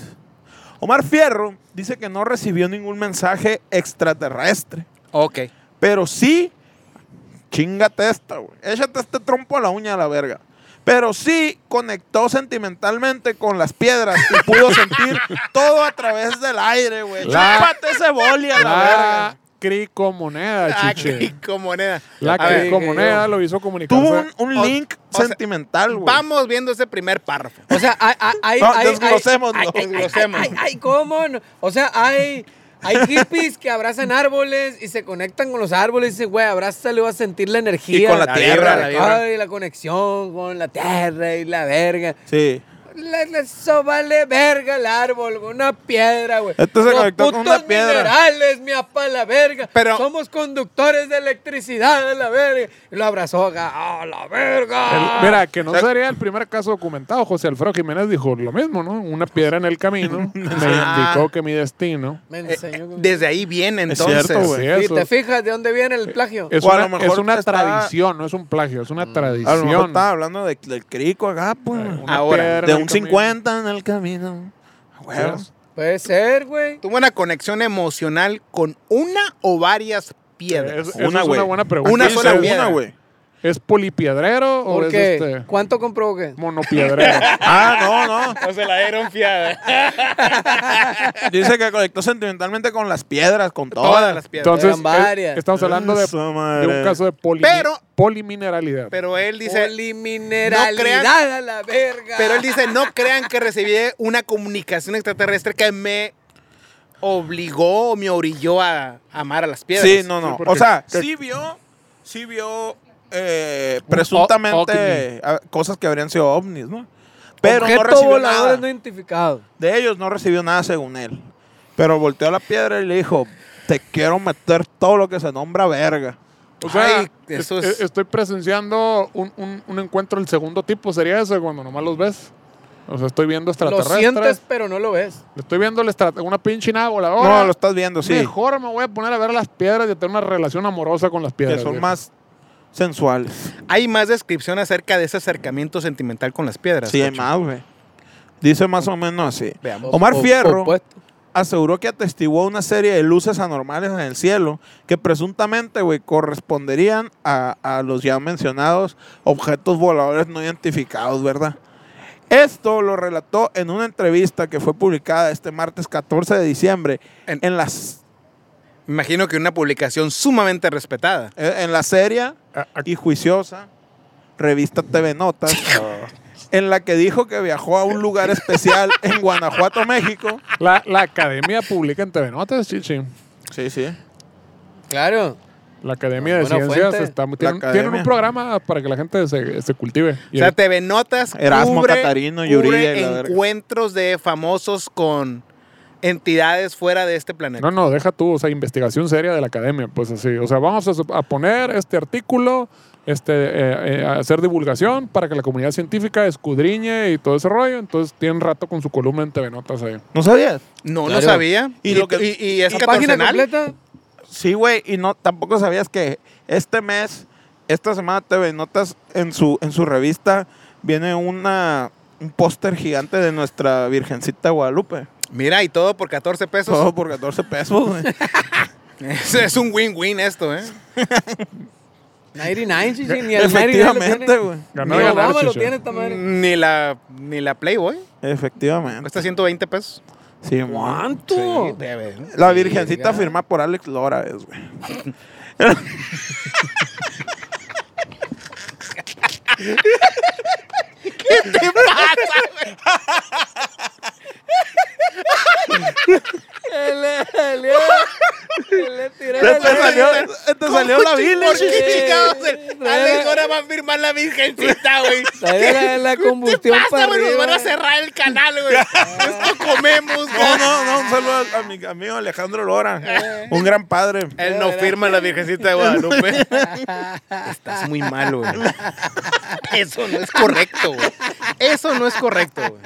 Speaker 2: Omar Fierro dice que no recibió ningún mensaje extraterrestre,
Speaker 3: Ok.
Speaker 2: pero sí, chingate esta, güey. Échate este trompo a la uña a la verga. Pero sí conectó sentimentalmente con las piedras y pudo sentir todo a través del aire, güey.
Speaker 1: La-
Speaker 2: Chúpate ese boli a la verga.
Speaker 1: La cricomoneda, chiche.
Speaker 3: Aquí moneda.
Speaker 1: La
Speaker 3: Ah, A ver,
Speaker 1: cricomoneda lo hizo comunicarse.
Speaker 2: Tuvo un, un
Speaker 3: o-
Speaker 2: link
Speaker 3: o sea,
Speaker 2: sentimental, güey.
Speaker 3: Vamos viendo ese primer párrafo.
Speaker 4: O sea, hay. hay, hay,
Speaker 2: No,
Speaker 4: hay- hay-
Speaker 2: desglosémoslo,
Speaker 4: hay- hay-
Speaker 3: desglosemos.
Speaker 4: Ay, ay, ¿cómo? no? O sea, hay. Hay hippies que abrazan árboles y se conectan con los árboles y dicen, güey, abrázale, vas a sentir la energía.
Speaker 2: Y con la tierra,
Speaker 3: la vibra.
Speaker 4: Ay, la conexión con la tierra y la verga.
Speaker 2: Sí.
Speaker 4: Le, le sobale verga el árbol, güey, una piedra, güey.
Speaker 2: Este se
Speaker 4: Los
Speaker 2: conectó con
Speaker 4: putos
Speaker 2: una piedra.
Speaker 4: minerales, mi apa, la verga.
Speaker 3: Pero-
Speaker 4: Somos conductores de electricidad, a la verga. Y lo abrazó acá, ¡ah, la verga!
Speaker 1: El- mira, que no sería el primer caso documentado. José Alfredo Jiménez dijo lo mismo, ¿no? Una piedra en el camino me indicó que mi destino.
Speaker 3: Eh,
Speaker 4: Me
Speaker 3: eh,
Speaker 4: enseñó. que-
Speaker 3: desde ahí viene
Speaker 2: Es
Speaker 3: entonces.
Speaker 2: cierto, güey.
Speaker 1: Sí,
Speaker 4: Y
Speaker 1: eso.
Speaker 4: te fijas de dónde viene el plagio.
Speaker 1: Es
Speaker 2: O a
Speaker 1: una,
Speaker 2: lo mejor
Speaker 1: es una
Speaker 2: está- Mm.
Speaker 1: tradición, no es un plagio, es una
Speaker 2: A lo mejor
Speaker 1: tradición.
Speaker 2: estaba hablando de- del crico acá, pues.
Speaker 1: Una
Speaker 3: Ahora,
Speaker 1: piedra en
Speaker 2: de
Speaker 1: el
Speaker 2: un
Speaker 1: camino. Ah,
Speaker 2: 50 en el camino. A huevos.
Speaker 1: Sí.
Speaker 4: Puede ser, güey.
Speaker 3: Tuvo una conexión emocional con una o varias
Speaker 1: Es,
Speaker 3: piedras.
Speaker 1: esa es
Speaker 2: güey.
Speaker 1: una buena pregunta.
Speaker 3: Una
Speaker 1: ¿Es-
Speaker 2: Sí,
Speaker 3: sola
Speaker 1: es-
Speaker 2: una,
Speaker 3: piedra.
Speaker 2: güey.
Speaker 1: ¿Es polipiedrero o es
Speaker 4: Porque,
Speaker 1: este
Speaker 4: ¿cuánto compró que?
Speaker 1: monopiedrero?
Speaker 2: Ah, no, no.
Speaker 3: No se la dieron fiada.
Speaker 2: Dice que conectó sentimentalmente con las piedras, con
Speaker 3: Todas las piedras.
Speaker 1: Entonces,
Speaker 4: Eran varias.
Speaker 1: es- estamos hablando de,
Speaker 2: Su madre.
Speaker 1: de un caso de poli-
Speaker 3: Pero-
Speaker 1: polimineralidad.
Speaker 3: Pero él dice,
Speaker 4: Polimineralidad
Speaker 3: no crean-
Speaker 4: a la verga.
Speaker 3: pero él dice, no crean que recibí una comunicación extraterrestre que me obligó o me orilló a amar a las piedras.
Speaker 2: Sí, no, no.
Speaker 1: Sí, porque-
Speaker 2: o sea,
Speaker 1: que-
Speaker 2: sí vio, sí vio eh,
Speaker 1: ovni.
Speaker 2: presuntamente ah, cosas que habrían sido ovnis, ¿no? Pero no
Speaker 4: Objeto
Speaker 2: recibió
Speaker 4: volador
Speaker 2: nada.
Speaker 4: no identificado.
Speaker 2: De ellos no recibió nada según él. Pero volteó a la piedra y le dijo, te quiero meter todo lo que se nombra verga.
Speaker 1: o sea,
Speaker 3: Ay, eso
Speaker 1: es-
Speaker 3: es-
Speaker 1: e- estoy presenciando un, un- un encuentro del segundo tipo. ¿Sería eso cuando nomás los ves? O sea, estoy viendo
Speaker 4: Lo
Speaker 1: extraterrestres.
Speaker 4: sientes, pero no lo ves.
Speaker 1: Estoy viendo el extra- una pinche nave voladora.
Speaker 2: No, lo estás viendo, sí.
Speaker 1: Mejor me voy a poner a ver las piedras y a tener una relación amorosa con las
Speaker 2: que
Speaker 1: piedras.
Speaker 2: son
Speaker 1: viejo.
Speaker 2: más sensuales.
Speaker 3: Hay más descripción acerca de ese acercamiento sentimental con las piedras.
Speaker 2: Sí, hay
Speaker 3: Tocho.
Speaker 2: más, güey. Dice más o menos así.
Speaker 3: Veamos.
Speaker 2: Omar
Speaker 4: O-
Speaker 2: Fierro
Speaker 4: opuesto.
Speaker 2: aseguró que atestiguó una serie de luces anormales en el cielo que presuntamente, güey, corresponderían a, a los ya mencionados objetos voladores no identificados, ¿verdad? Esto lo relató en una entrevista que fue publicada este martes 14 de diciembre en,
Speaker 3: En-
Speaker 2: las,
Speaker 3: Me Imagino que una publicación sumamente respetada.
Speaker 2: eh, en la serie
Speaker 1: A- a-
Speaker 2: y juiciosa revista TV Notas, en la que dijo que viajó a un lugar especial en Guanajuato, México.
Speaker 1: la, la academia publica en TV Notas, chichi.
Speaker 2: Sí, sí.
Speaker 4: Claro.
Speaker 1: La Academia de
Speaker 4: Buena
Speaker 1: Ciencias
Speaker 4: fuente.
Speaker 1: está, tienen,
Speaker 2: academia.
Speaker 1: tienen un programa para que la gente se, se cultive.
Speaker 3: O
Speaker 1: Y
Speaker 3: sea,
Speaker 1: ahí-
Speaker 3: TV Notas
Speaker 2: Erasmo,
Speaker 3: cubre,
Speaker 2: Catarino,
Speaker 3: cubre
Speaker 2: Yuridia y la verga.
Speaker 3: encuentros de famosos con entidades fuera de este planeta.
Speaker 1: No, no, deja tú, o sea, investigación seria de la academia, pues así. O sea, vamos a, sup- a poner este artículo, este, eh, eh, a hacer divulgación para que la comunidad científica escudriñe y todo ese rollo. Entonces tienen rato con su columna en TV Notas ahí.
Speaker 2: ¿No sabías?
Speaker 3: No lo
Speaker 4: Claro.
Speaker 3: sabía.
Speaker 2: Y
Speaker 3: Y,
Speaker 2: lo que-
Speaker 3: y- y es
Speaker 4: ¿La página
Speaker 3: catorcenal.
Speaker 4: completa?
Speaker 2: Sí, güey, y no tampoco sabías que este mes, esta semana TV Notas en su en su revista viene una un póster gigante de nuestra Virgencita Guadalupe.
Speaker 3: Mira, y todo por 14 pesos.
Speaker 2: Todo por 14 pesos, güey.
Speaker 3: Es, es un win-win esto, ¿eh?
Speaker 4: 99, chichi, ni el 99 lo tiene.
Speaker 2: Efectivamente, güey.
Speaker 1: Ganar,
Speaker 4: Ni
Speaker 1: ganar,
Speaker 4: Obama lo
Speaker 1: chichi.
Speaker 4: tiene esta madre.
Speaker 3: Ni la, ni la Playboy.
Speaker 2: Efectivamente.
Speaker 3: Cuesta 120 pesos.
Speaker 2: Sí, mon.
Speaker 4: ¿Cuánto?
Speaker 3: bebé.
Speaker 2: La Virgencita
Speaker 3: Verga.
Speaker 2: firma por Alex Lora, es, güey. Te
Speaker 3: Este
Speaker 2: salió, eh, te salió la Vile.
Speaker 3: ¿Por qué
Speaker 4: sí.
Speaker 3: chingados el- Alex ahora va a firmar la virgencita, güey?
Speaker 4: Trae la, la
Speaker 3: ¿Qué
Speaker 4: combustión
Speaker 3: pasa,
Speaker 4: para
Speaker 3: güey? Nos
Speaker 4: arriba.
Speaker 3: van a cerrar el canal, güey. Esto comemos,
Speaker 2: No,
Speaker 3: güey.
Speaker 2: no, no, un saludo a- a mi amigo Alejandro Lora.
Speaker 3: Eh.
Speaker 2: Un gran padre.
Speaker 3: Él no firma la Virgencita de Guadalupe. Estás muy mal, güey. Eso no es correcto, güey. Eso no es correcto, güey.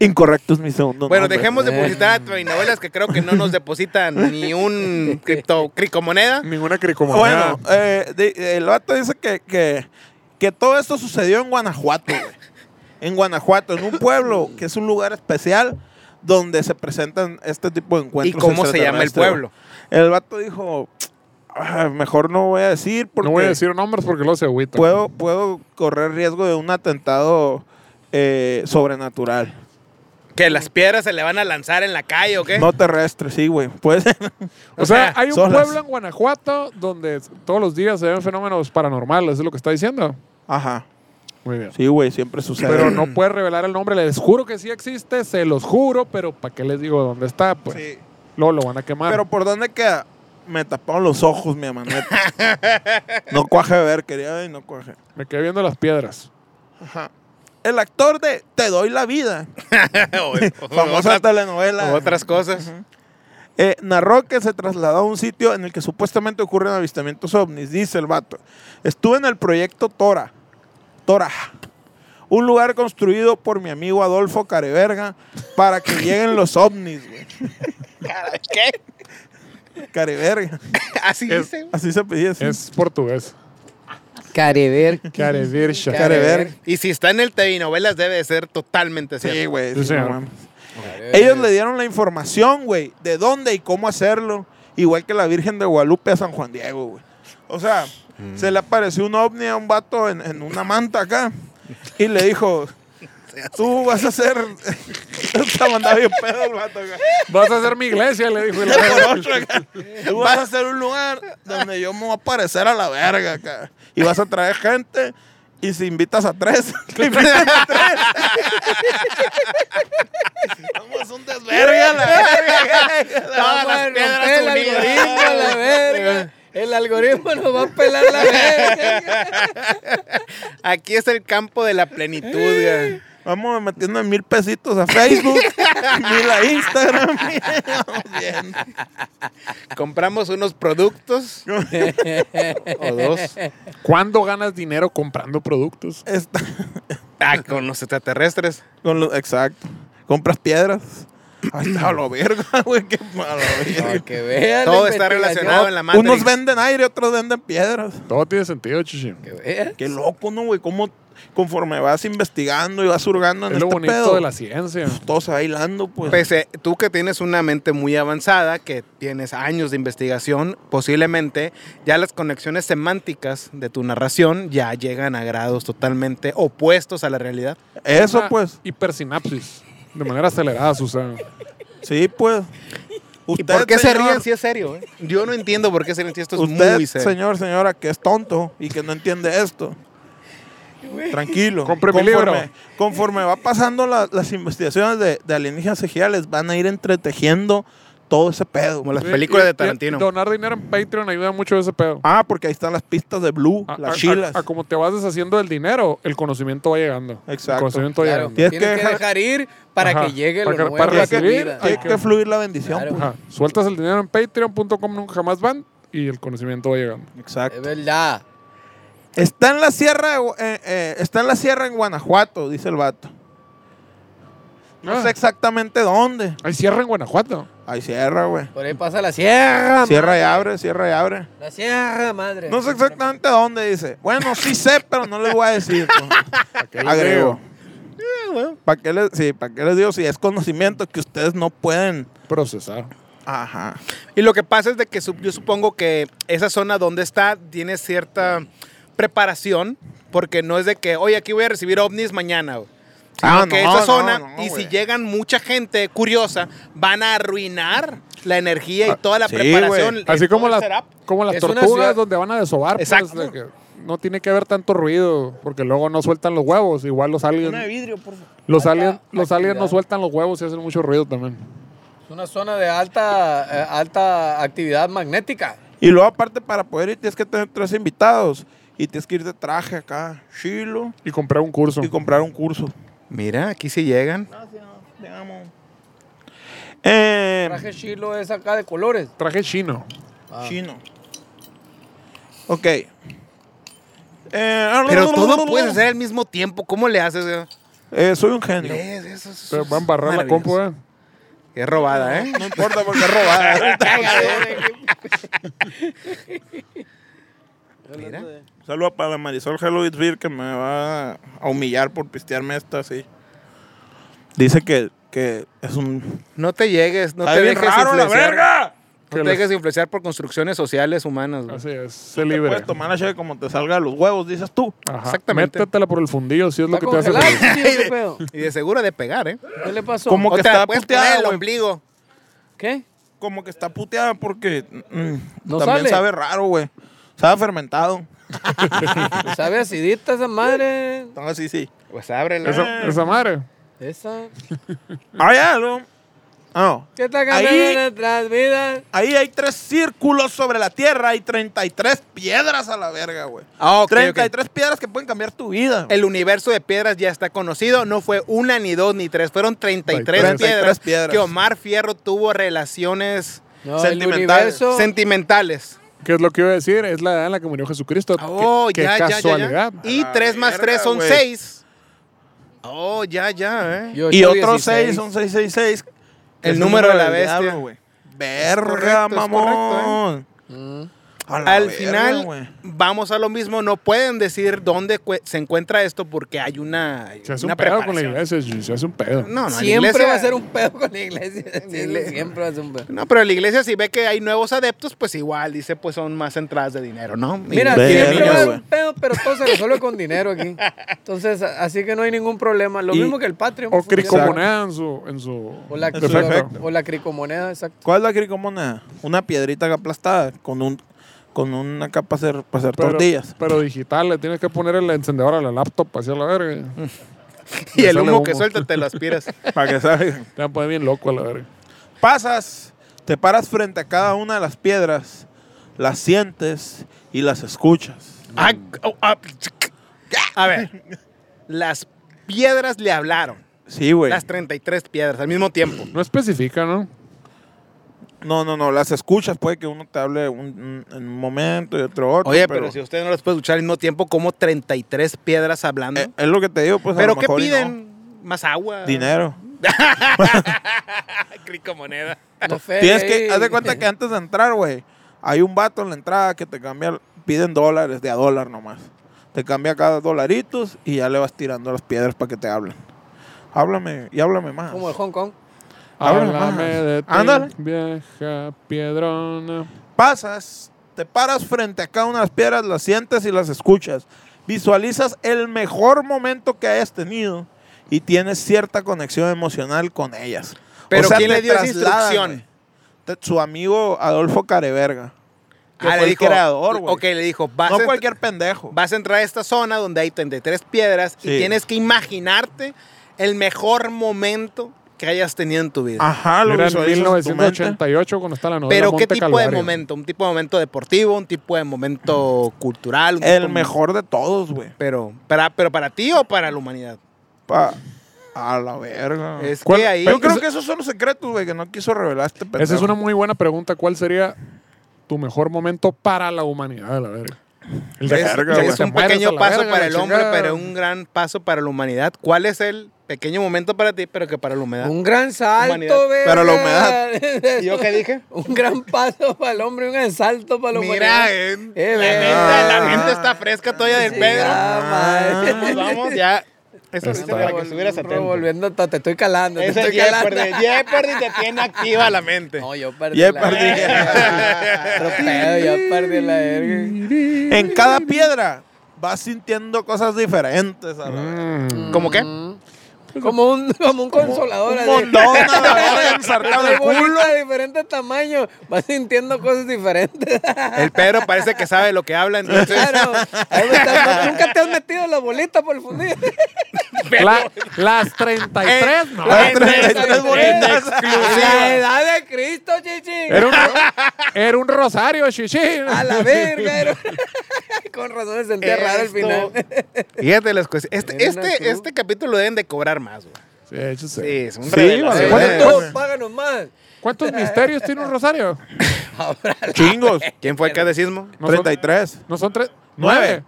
Speaker 2: Incorrecto es mi segundo
Speaker 3: Bueno,
Speaker 2: nombre.
Speaker 3: dejemos de publicitar a Trevinovelas, que creo que no nos depositan ni un cripto, cricomoneda.
Speaker 1: Ninguna cricomoneda.
Speaker 2: Bueno, eh, de- el vato dice que, que, que todo esto sucedió en Guanajuato, güey. En Guanajuato, en un pueblo que es un lugar especial donde se presentan este tipo de
Speaker 3: ¿Y
Speaker 2: encuentros.
Speaker 3: cómo se llama el
Speaker 2: extraterrestres,
Speaker 3: pueblo?
Speaker 2: güey. El vato dijo, "Ah, mejor no voy a decir porque
Speaker 1: no voy a decir nombres porque lo se agüita.
Speaker 2: puedo, puedo correr riesgo de un atentado eh, sobrenatural.
Speaker 3: ¿Que las piedras se le van a lanzar en la calle o qué?
Speaker 2: No terrestre, sí, güey. Pues,
Speaker 1: O sea, hay un
Speaker 2: solas.
Speaker 1: pueblo en Guanajuato donde todos los días se ven fenómenos paranormales, es lo que está diciendo.
Speaker 2: ajá.
Speaker 1: Muy bien.
Speaker 2: Sí, güey, siempre sucede.
Speaker 1: Pero no puedes revelar el nombre, les juro que sí existe, se los juro, pero ¿para qué les digo dónde está? Pues
Speaker 2: Sí.
Speaker 1: luego lo van a quemar.
Speaker 2: Pero ¿por dónde queda? Me taparon los ojos, mi hermano. no cuaje a ver, quería ver y no cuaje.
Speaker 1: Me quedé viendo las piedras.
Speaker 2: El actor de Te doy la vida,
Speaker 3: O- o-
Speaker 2: famosa
Speaker 3: Pues, otras,
Speaker 2: telenovela,
Speaker 3: o otras cosas.
Speaker 2: eh, narró que se trasladó a un sitio en el que supuestamente ocurren avistamientos ovnis, dice el vato. Estuve en el proyecto Tora, Tora, un lugar construido por mi amigo Adolfo Careverga para que lleguen los ovnis, güey.
Speaker 3: ¿Qué?
Speaker 2: Careverga,
Speaker 3: Así
Speaker 1: Es-
Speaker 3: dice, güey.
Speaker 2: así se pedía. así.
Speaker 1: Es portugués.
Speaker 4: Carever.
Speaker 1: Carevirsha.
Speaker 2: Care- Carever.
Speaker 3: Y si está en el telenovelas debe de ser totalmente
Speaker 2: Sí,
Speaker 3: cierto.
Speaker 2: güey.
Speaker 1: Sí,
Speaker 2: sí,
Speaker 1: señor.
Speaker 2: no mames. Ellos le dieron la información, güey, de dónde y cómo hacerlo, igual que la Virgen de Guadalupe a San Juan Diego, güey. O sea, se le apareció un ovni a un vato en, en una manta acá y le dijo, tú vas a hacer... Está mandado bien pedo el vato acá.
Speaker 1: Vas a hacer mi iglesia, le dijo. y la-
Speaker 2: Por otro acá. Tú vas a hacer un lugar donde yo me voy a aparecer a la verga acá. Y vas a traer gente y si invitas a tres, que invites a tres. Vamos a un desverga la verga.
Speaker 3: Todas las
Speaker 4: Vamos a
Speaker 3: piedras unidas.
Speaker 4: romper El algoritmo, la verga. El algoritmo nos va a pelar la verga.
Speaker 3: Aquí es el campo de la plenitud, güey.
Speaker 2: Vamos metiendo mil pesitos a Facebook, mil a Instagram. Vamos bien.
Speaker 3: Compramos unos productos. o dos.
Speaker 1: ¿Cuándo ganas dinero comprando productos?
Speaker 2: Está-
Speaker 3: Ah, con los extraterrestres.
Speaker 2: con lo- exacto. Compras piedras. Ahí está a lo verga, güey. Qué malo,
Speaker 4: Para que vean. la
Speaker 3: Todo está
Speaker 4: investigación.
Speaker 3: relacionado en la Matrix.
Speaker 2: Unos venden aire, otros venden piedras.
Speaker 1: Todo tiene sentido, chichi.
Speaker 4: Que vean.
Speaker 2: Qué loco, ¿no, güey? Cómo conforme vas investigando y vas hurgando en
Speaker 1: Es lo
Speaker 2: este
Speaker 1: bonito
Speaker 2: pedo,
Speaker 1: de la ciencia.
Speaker 2: todo se va hilando, pues.
Speaker 3: Pese, tú que tienes una mente muy avanzada, que tienes años de investigación, posiblemente ya las conexiones semánticas de tu narración ya llegan a grados totalmente opuestos a la realidad.
Speaker 2: Eso,
Speaker 1: Una
Speaker 2: pues.
Speaker 1: Hipersinapsis. De manera acelerada, Susana.
Speaker 2: Sí, pues.
Speaker 3: ¿Y
Speaker 2: Usted,
Speaker 3: por qué se
Speaker 2: señor,
Speaker 3: ríen si es serio? eh? Yo no entiendo por qué se ríen si esto es
Speaker 2: Usted,
Speaker 3: muy serio.
Speaker 2: señor, señora, que es tonto y que no entiende esto. Tranquilo.
Speaker 1: Compre mi libro.
Speaker 2: Conforme va pasando la- las investigaciones de, de alienígenas ejidales, van a ir entretejiendo todo ese pedo.
Speaker 3: Como las películas de Tarantino.
Speaker 1: Donar dinero en Patreon ayuda mucho a ese pedo.
Speaker 2: Ah, porque ahí están las pistas de Blue,
Speaker 1: A- a-
Speaker 2: Ah, las chilas.
Speaker 1: A, a como te vas deshaciendo del dinero, el conocimiento va llegando.
Speaker 2: Exacto.
Speaker 1: El conocimiento va
Speaker 4: Claro,
Speaker 1: llegando.
Speaker 2: Tienes
Speaker 4: tienes que
Speaker 2: que dejar-
Speaker 4: dejar ir para
Speaker 1: Ajá,
Speaker 4: que llegue lo
Speaker 1: para que-
Speaker 4: nuevo
Speaker 1: para
Speaker 4: a tu
Speaker 1: recibir,
Speaker 4: vida.
Speaker 2: Hay que fluir la bendición.
Speaker 4: Claro.
Speaker 2: pues.
Speaker 1: Ajá. Sueltas el dinero en patreon.com nunca jamás van y el conocimiento va llegando.
Speaker 4: Es
Speaker 2: Exacto.
Speaker 4: verdad.
Speaker 2: Está en la sierra, de Gu- eh, eh, está en la sierra en Guanajuato, dice el vato. No
Speaker 1: Ah.
Speaker 2: sé exactamente dónde.
Speaker 1: Hay cierre en Guanajuato.
Speaker 2: Hay sierra, güey.
Speaker 4: Por ahí pasa la sierra.
Speaker 2: Cierra y abre, cierra y abre.
Speaker 4: ma- La sierra, madre.
Speaker 2: No sé exactamente dónde dice. Bueno, sí sé, pero no les voy a decir. pues. Agrego.
Speaker 3: Eh,
Speaker 2: ¿Para qué, les, sí, ¿Para qué les digo si es conocimiento que ustedes no pueden?
Speaker 1: Procesar.
Speaker 2: Ajá.
Speaker 3: Y lo que pasa es de que sup- yo supongo que esa zona donde está tiene cierta preparación, porque no es de que, oye, aquí voy a recibir ovnis mañana. güey". Sino
Speaker 2: Ah,
Speaker 3: que
Speaker 2: no,
Speaker 3: esa
Speaker 2: no,
Speaker 3: zona,
Speaker 2: no,
Speaker 3: y
Speaker 2: güey.
Speaker 3: si llegan mucha gente curiosa, van a arruinar la energía y toda la
Speaker 2: sí,
Speaker 3: preparación.
Speaker 2: güey.
Speaker 3: y
Speaker 1: Así
Speaker 3: todo
Speaker 1: como
Speaker 3: el
Speaker 1: las,
Speaker 3: setup.
Speaker 1: como las
Speaker 4: Es una
Speaker 1: tortugas
Speaker 4: ciudad-
Speaker 1: donde van a desovar. pues,
Speaker 3: Exacto.
Speaker 1: de que no tiene que haber tanto ruido porque luego no sueltan los huevos. Igual los aliens.
Speaker 2: vidrio, por favor.
Speaker 1: Los
Speaker 4: Alta
Speaker 1: aliens, los aliens no
Speaker 4: actividad.
Speaker 1: sueltan los huevos y hacen mucho ruido también.
Speaker 4: Es una zona de alta, eh, alta actividad magnética.
Speaker 2: Y luego, aparte, para poder ir, tienes que tener tres invitados. Y tienes que ir de traje acá, chilo,
Speaker 1: Y comprar un curso.
Speaker 2: y comprar un curso.
Speaker 3: Mira, aquí sí llegan.
Speaker 2: Eh,
Speaker 4: Traje chilo es acá de colores.
Speaker 1: Traje chino.
Speaker 3: Ah.
Speaker 2: Chino. Ok. Eh,
Speaker 3: Pero todo lo puedes hacer al mismo tiempo. ¿Cómo le haces? güey?
Speaker 2: Eh, soy un genio.
Speaker 3: ¿Ves? Eso es-
Speaker 1: Se va a embarrar la
Speaker 3: maravilloso.
Speaker 1: compu, eh.
Speaker 3: Qué robada, ¿eh?
Speaker 2: No importa porque es robada.
Speaker 3: Mira.
Speaker 2: Saludos para la Marisol Beer que me va a humillar por pistearme esto así. Dice que, que es un.
Speaker 3: No te llegues, no
Speaker 2: Está
Speaker 3: te
Speaker 2: bien
Speaker 3: dejes
Speaker 2: raro la
Speaker 3: influenciar.
Speaker 2: verga!
Speaker 3: No te dejes influenciar por construcciones sociales humanas. güey.
Speaker 1: Así es. Se
Speaker 2: Te
Speaker 1: libre.
Speaker 2: puedes tomar la cheve como te salga de los huevos, dices tú.
Speaker 1: Ajá.
Speaker 3: Exactamente.
Speaker 1: Métetela por el fundillo si es lo
Speaker 4: ¿Está
Speaker 1: que te hace
Speaker 4: congelado?
Speaker 1: feliz.
Speaker 4: Sí, ¿Qué pedo?
Speaker 3: Y de seguro de pegar, ¿eh?
Speaker 4: ¿Qué le pasó?
Speaker 2: ¿Cómo? Como
Speaker 3: o
Speaker 2: que
Speaker 3: te
Speaker 2: está
Speaker 3: la puedes poner
Speaker 2: puteada,
Speaker 3: el
Speaker 2: güey.
Speaker 3: ombligo.
Speaker 4: ¿Qué?
Speaker 2: Como que está puteada porque. mm,
Speaker 4: No
Speaker 2: también
Speaker 4: sale.
Speaker 2: sabe raro, güey. Sabe fermentado.
Speaker 4: ¿Sabe acidita esa madre?
Speaker 2: Entonces, sí, sí.
Speaker 3: Pues ábrela.
Speaker 1: Esa, esa madre.
Speaker 4: Esa.
Speaker 3: Mm.
Speaker 2: Hay algo. Ah.
Speaker 4: ¿Qué está cambiando en
Speaker 2: Ahí,
Speaker 4: nuestras vidas?
Speaker 2: ahí hay tres círculos sobre la tierra y 33 piedras a la verga, güey.
Speaker 3: Ah, ok, ok.
Speaker 2: 33 piedras que pueden cambiar tu vida.
Speaker 3: El universo de piedras ya está conocido. No fue una, ni dos, ni tres. Fueron 33,
Speaker 1: 33
Speaker 3: piedras,
Speaker 2: piedras.
Speaker 3: que Omar Fierro tuvo relaciones
Speaker 4: No,
Speaker 2: Sentimental.
Speaker 4: El universo,
Speaker 3: sentimentales.
Speaker 1: ¿Qué es lo que iba a decir? Es la edad en la que murió Jesucristo.
Speaker 3: Oh,
Speaker 1: qué qué
Speaker 3: ya, ya, ya,
Speaker 1: casualidad.
Speaker 3: ya. Y
Speaker 2: A la
Speaker 3: tres más
Speaker 2: verga,
Speaker 3: tres son
Speaker 2: güey.
Speaker 3: seis. Oh, ya, ya, ¿eh?
Speaker 4: ocho,
Speaker 2: Y otros
Speaker 4: 16.
Speaker 2: 6 son 666.
Speaker 3: El
Speaker 2: Es
Speaker 3: número de la
Speaker 2: del
Speaker 3: bestia.
Speaker 2: diablo, güey. Verga,
Speaker 3: correcto, es
Speaker 2: mamón. eh.
Speaker 4: Mm.
Speaker 2: A la
Speaker 3: Al
Speaker 2: verga,
Speaker 3: final,
Speaker 2: güey.
Speaker 3: vamos a lo mismo. No pueden decir dónde cue- se encuentra esto porque hay una, hay
Speaker 1: Se hace
Speaker 3: una
Speaker 1: un pedo con la
Speaker 3: preparación.
Speaker 1: iglesia. Se hace un pedo.
Speaker 3: No, no, en la
Speaker 4: Siempre
Speaker 3: iglesia-
Speaker 4: va a ser un pedo con la iglesia. Sí,
Speaker 3: iglesia.
Speaker 4: Siempre va a ser un pedo.
Speaker 3: No, pero la iglesia si ve que hay nuevos adeptos, pues igual dice, pues son más entradas de dinero, ¿no? Y-
Speaker 4: Mira,
Speaker 2: Verga,
Speaker 4: siempre va a haber
Speaker 2: güey.
Speaker 4: un pedo, pero todo se resuelve con dinero aquí. Entonces, a- así que no hay ningún problema. Lo
Speaker 2: Y-
Speaker 4: mismo que el Patreon.
Speaker 1: O
Speaker 4: funciona.
Speaker 1: cricomoneda en su, en su
Speaker 4: O la,
Speaker 2: Eso es
Speaker 4: o,
Speaker 2: perfecto.
Speaker 4: o la cricomoneda, exacto.
Speaker 2: ¿Cuál es la cricomona? Una piedrita aplastada con un con una capa para hacer, para hacer tortillas.
Speaker 1: Pero digital, le tienes que poner el encendedor a la laptop hacia la verga.
Speaker 3: Mm. y el
Speaker 1: sale
Speaker 3: humo que
Speaker 1: humo.
Speaker 3: suelta te lo aspiras.
Speaker 2: Para que salgan.
Speaker 1: Te van a poner bien loco a la verga.
Speaker 2: Pasas, te paras frente a cada una de las piedras, las sientes y las escuchas.
Speaker 3: Ah, oh, ah, a ver, las piedras le hablaron.
Speaker 2: Sí, güey.
Speaker 3: Las 33 piedras al mismo tiempo.
Speaker 1: No especifica, ¿no?
Speaker 2: No, no, no, las escuchas. Puede que uno te hable un, un- en un momento y otro otro.
Speaker 3: Oye, pero, si usted no las puede escuchar al mismo tiempo, como 33 piedras hablando.
Speaker 2: Eh, es lo que te digo, pues. a lo
Speaker 3: ¿Pero qué
Speaker 2: mejor y
Speaker 3: piden? ¿Más agua?
Speaker 2: no. Dinero.
Speaker 3: Cricomoneda.
Speaker 4: No fe,
Speaker 2: Tienes
Speaker 4: ahí.
Speaker 2: que, haz de cuenta que antes de entrar, güey, hay un vato en la entrada que te cambia, piden dólares de a dólar nomás. Te cambia cada dolaritos y ya le vas tirando las piedras para que te hablen. Háblame y háblame más.
Speaker 4: Como de Hong Kong.
Speaker 3: Ah,
Speaker 2: Háblame
Speaker 1: Háblame
Speaker 2: más.
Speaker 1: de ti,
Speaker 2: Ándale.
Speaker 1: vieja piedrona.
Speaker 2: Pasas, te paras frente a cada una de las piedras, las sientes y las escuchas. Visualizas el mejor momento que hayas tenido y tienes cierta conexión emocional con ellas.
Speaker 3: Pero
Speaker 2: te
Speaker 3: ¿quién le dio esa
Speaker 2: trasladan,
Speaker 3: instrucción?
Speaker 2: güey. Te- Su amigo Adolfo Careverga. Que
Speaker 3: Ah,
Speaker 2: fue
Speaker 3: le
Speaker 2: el
Speaker 3: dijo,
Speaker 2: creador, güey.
Speaker 3: Ok, le dijo, vas,
Speaker 2: no
Speaker 3: a,
Speaker 2: cualquier pendejo.
Speaker 3: vas a entrar a esta zona donde hay 33 piedras
Speaker 2: Sí.
Speaker 3: y tienes que imaginarte el mejor momento que hayas tenido en tu vida.
Speaker 2: Ajá, lo
Speaker 1: Era en
Speaker 2: visualizo en tu mente.
Speaker 1: 1988 cuando está Ah, la novela
Speaker 3: Pero
Speaker 1: Monte
Speaker 3: ¿qué tipo de
Speaker 1: Calvario.
Speaker 3: momento? ¿Un tipo de momento deportivo? ¿Un tipo de momento cultural? un tipo
Speaker 2: El
Speaker 3: de-
Speaker 2: mejor de todos, güey.
Speaker 3: Pero para, pero para ti o para la humanidad.
Speaker 2: Pa- A la verga.
Speaker 3: Es
Speaker 1: Ah. ¿Cuál-
Speaker 3: que ahí...
Speaker 2: Yo creo que esos son los secretos, güey, que no quiso revelar este pendejo.
Speaker 1: Esa es una muy buena pregunta. ¿Cuál sería tu mejor momento para la humanidad? A La verga. El
Speaker 3: Es,
Speaker 2: verga,
Speaker 3: es
Speaker 2: güey.
Speaker 1: Te
Speaker 3: un
Speaker 1: mueres a
Speaker 3: pequeño
Speaker 1: la
Speaker 3: paso
Speaker 1: verga,
Speaker 3: para
Speaker 1: la
Speaker 3: el hombre,
Speaker 1: chingada.
Speaker 3: pero un gran paso para la humanidad. ¿Cuál es el pequeño momento para ti, pero que para la humanidad?
Speaker 4: Un gran salto,
Speaker 3: Humanidad.
Speaker 4: verga.
Speaker 2: Pero la humedad.
Speaker 3: ¿Y yo qué dije?
Speaker 4: Un gran paso para el hombre, un gran salto para la humanidad.
Speaker 3: Mira, eh,
Speaker 4: Eh,
Speaker 3: la,
Speaker 4: verga.
Speaker 3: neta, la
Speaker 1: Ah.
Speaker 3: gente está fresca todavía del Pedro.
Speaker 4: Chingada madre.
Speaker 2: Ah.
Speaker 3: Nos vamos ya. Ah, Eso es
Speaker 1: Está.
Speaker 3: para que estuvieras atento.
Speaker 4: Volviendo, te estoy calando. Te
Speaker 3: Ese
Speaker 4: estoy calando.
Speaker 3: Jeopardy. Jeopardy te tiene activa la mente.
Speaker 4: No, yo perdí.
Speaker 2: Ya
Speaker 4: la
Speaker 2: perdí.
Speaker 4: verga. Otro pedo, yo perdí la verga.
Speaker 2: En cada piedra vas sintiendo cosas diferentes, a la
Speaker 1: Mm,
Speaker 2: verga.
Speaker 3: ¿Cómo qué?
Speaker 4: Como un, como un consolador.
Speaker 2: Un
Speaker 4: así.
Speaker 2: montón a la verga ensartado en
Speaker 4: Hay
Speaker 2: el culo.
Speaker 4: bolitas de diferentes tamaños. Vas sintiendo cosas diferentes.
Speaker 3: El Pedro parece que sabe lo que habla, entonces.
Speaker 4: Claro. Ahí me estás- Nunca te has metido la bolita por el fundido.
Speaker 1: La- las 33, no.
Speaker 2: Eh, Las 33 bolitas.
Speaker 4: La edad de Cristo, chichi.
Speaker 1: Era un, era un rosario, chichi.
Speaker 4: A la verga. era- Con razón se sentía raro al
Speaker 3: Esto-
Speaker 4: final.
Speaker 3: Fíjate las cosas. Este,
Speaker 4: Mira tú.
Speaker 3: este, este capítulo deben de cobrar más, güey.
Speaker 1: Sí, de hecho, sí.
Speaker 3: Sí, es un
Speaker 2: Sí, vale.
Speaker 3: revelación.
Speaker 4: Bueno,
Speaker 2: Eh,
Speaker 4: todos páganos más.
Speaker 1: ¿Cuántos misterios tiene un rosario?
Speaker 2: Chingos.
Speaker 3: ¿Quién fue el catecismo?
Speaker 1: No son-
Speaker 2: 33.
Speaker 1: No son tres.
Speaker 2: Nueve.
Speaker 1: Nueve.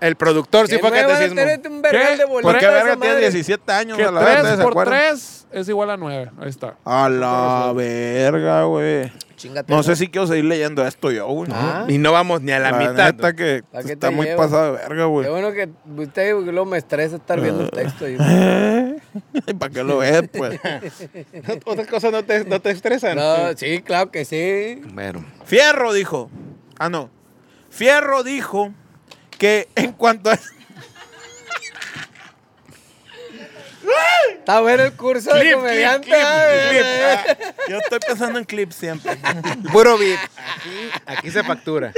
Speaker 3: El productor sí
Speaker 4: Que
Speaker 3: fue
Speaker 4: me van a
Speaker 3: catecismo.
Speaker 4: tener un vergal
Speaker 1: ¿Qué?
Speaker 4: de
Speaker 1: ¿Por
Speaker 4: bolitas.
Speaker 2: ¿Por qué
Speaker 4: esa
Speaker 2: verga tiene
Speaker 4: madre.
Speaker 2: 17 años?
Speaker 1: Que
Speaker 2: a la verga? ¿Ustedes
Speaker 1: tres
Speaker 2: se
Speaker 1: por
Speaker 2: acuerdan?
Speaker 1: tres es igual a nueve. Ahí está.
Speaker 2: A la verga, güey.
Speaker 4: Chíngate,
Speaker 2: No
Speaker 4: güey.
Speaker 2: sé si quiero seguir leyendo esto yo, güey.
Speaker 4: Ah.
Speaker 3: Y no vamos ni a la, mitad.
Speaker 2: neta que
Speaker 4: ¿Para qué te
Speaker 2: está muy
Speaker 4: llevo?
Speaker 2: pasada de verga, güey.
Speaker 4: Qué bueno que usted porque luego me estresa estar viendo el texto. ahí.
Speaker 2: ¿Para qué lo ves, pues?
Speaker 3: Otras cosas no te, no te estresan.
Speaker 4: No, sí, claro que sí.
Speaker 3: Bueno.
Speaker 2: Fierro dijo. Ah, no. Fierro dijo que en cuanto a.
Speaker 4: Está bueno el curso de
Speaker 2: Clip,
Speaker 4: comediante.
Speaker 2: clip, clip,
Speaker 4: ah,
Speaker 2: clip.
Speaker 4: eh.
Speaker 2: Ah, Yo estoy pensando en clips siempre.
Speaker 3: Puro beat. Aquí, aquí se factura.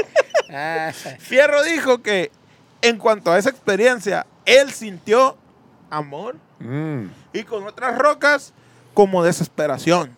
Speaker 4: Ah,
Speaker 2: Fierro dijo que en cuanto a esa experiencia, él sintió amor
Speaker 1: Mm.
Speaker 2: y con otras rocas como desesperación.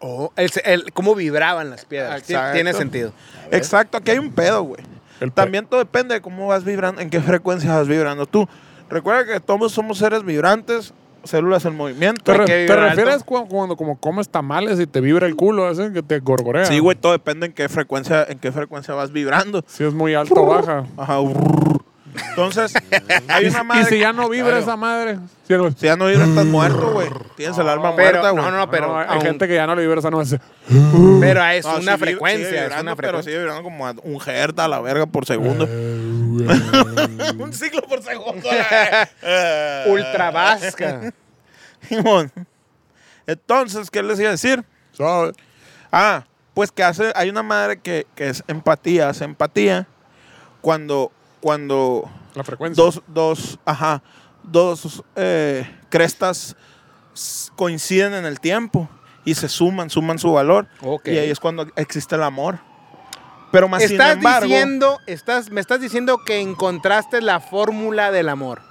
Speaker 3: Oh, el, el- cómo vibraban las piedras. Sí,
Speaker 2: Ah, Exacto.
Speaker 3: tiene sentido.
Speaker 2: Exacto, aquí hay un pedo, güey.
Speaker 1: El pe-
Speaker 2: También todo depende de cómo vas vibrando, en qué frecuencia vas vibrando tú. Recuerda que todos somos seres vibrantes, células en movimiento.
Speaker 1: ¿Te, re-
Speaker 2: Hay que
Speaker 1: te
Speaker 2: vibrar
Speaker 1: refieres
Speaker 2: alto.
Speaker 1: cu- cuando como comes tamales y te vibra el culo, así que te gorgorea?
Speaker 2: Sí, güey, todo depende en qué frecuencia, en qué frecuencia vas vibrando.
Speaker 1: Si es muy alto o baja.
Speaker 2: Ajá. brrr. Entonces, hay
Speaker 1: Y,
Speaker 2: una
Speaker 1: si-
Speaker 2: madre.
Speaker 1: y si ya no vibra
Speaker 2: Claro.
Speaker 1: esa madre. Sí, no-
Speaker 2: Si ya no vibras, estás muerto, güey. Tienes el alma
Speaker 3: Pero,
Speaker 2: muerta, güey.
Speaker 3: no, pues, no, pero,
Speaker 1: Ah, no, hay
Speaker 3: aún-
Speaker 1: gente que ya no le vibra esa no
Speaker 3: pero es
Speaker 2: No,
Speaker 3: una
Speaker 2: sí vib-
Speaker 3: frecuencia.
Speaker 2: sigue
Speaker 3: es
Speaker 2: vibrando,
Speaker 3: una
Speaker 2: Pero
Speaker 3: frecuencia.
Speaker 2: sigue vibrando como a un herta a la verga por segundo.
Speaker 1: Eh,
Speaker 2: un ciclo por segundo. Eh,
Speaker 3: Ultra vasca.
Speaker 2: Simón. Entonces, ¿qué les iba a decir?
Speaker 1: ¿Sabes?
Speaker 2: Ah, pues que hace, hay una madre que, que es empatía, hace empatía cuando, cuando
Speaker 1: La frecuencia.
Speaker 2: dos, dos, ajá, dos eh, crestas s- coinciden en el tiempo y se suman, suman su valor.
Speaker 3: Ok.
Speaker 2: Y ahí es cuando existe el amor. Pero más sin
Speaker 3: Estás
Speaker 2: embargo,
Speaker 3: diciendo, estás, me estás diciendo que encontraste la fórmula del amor.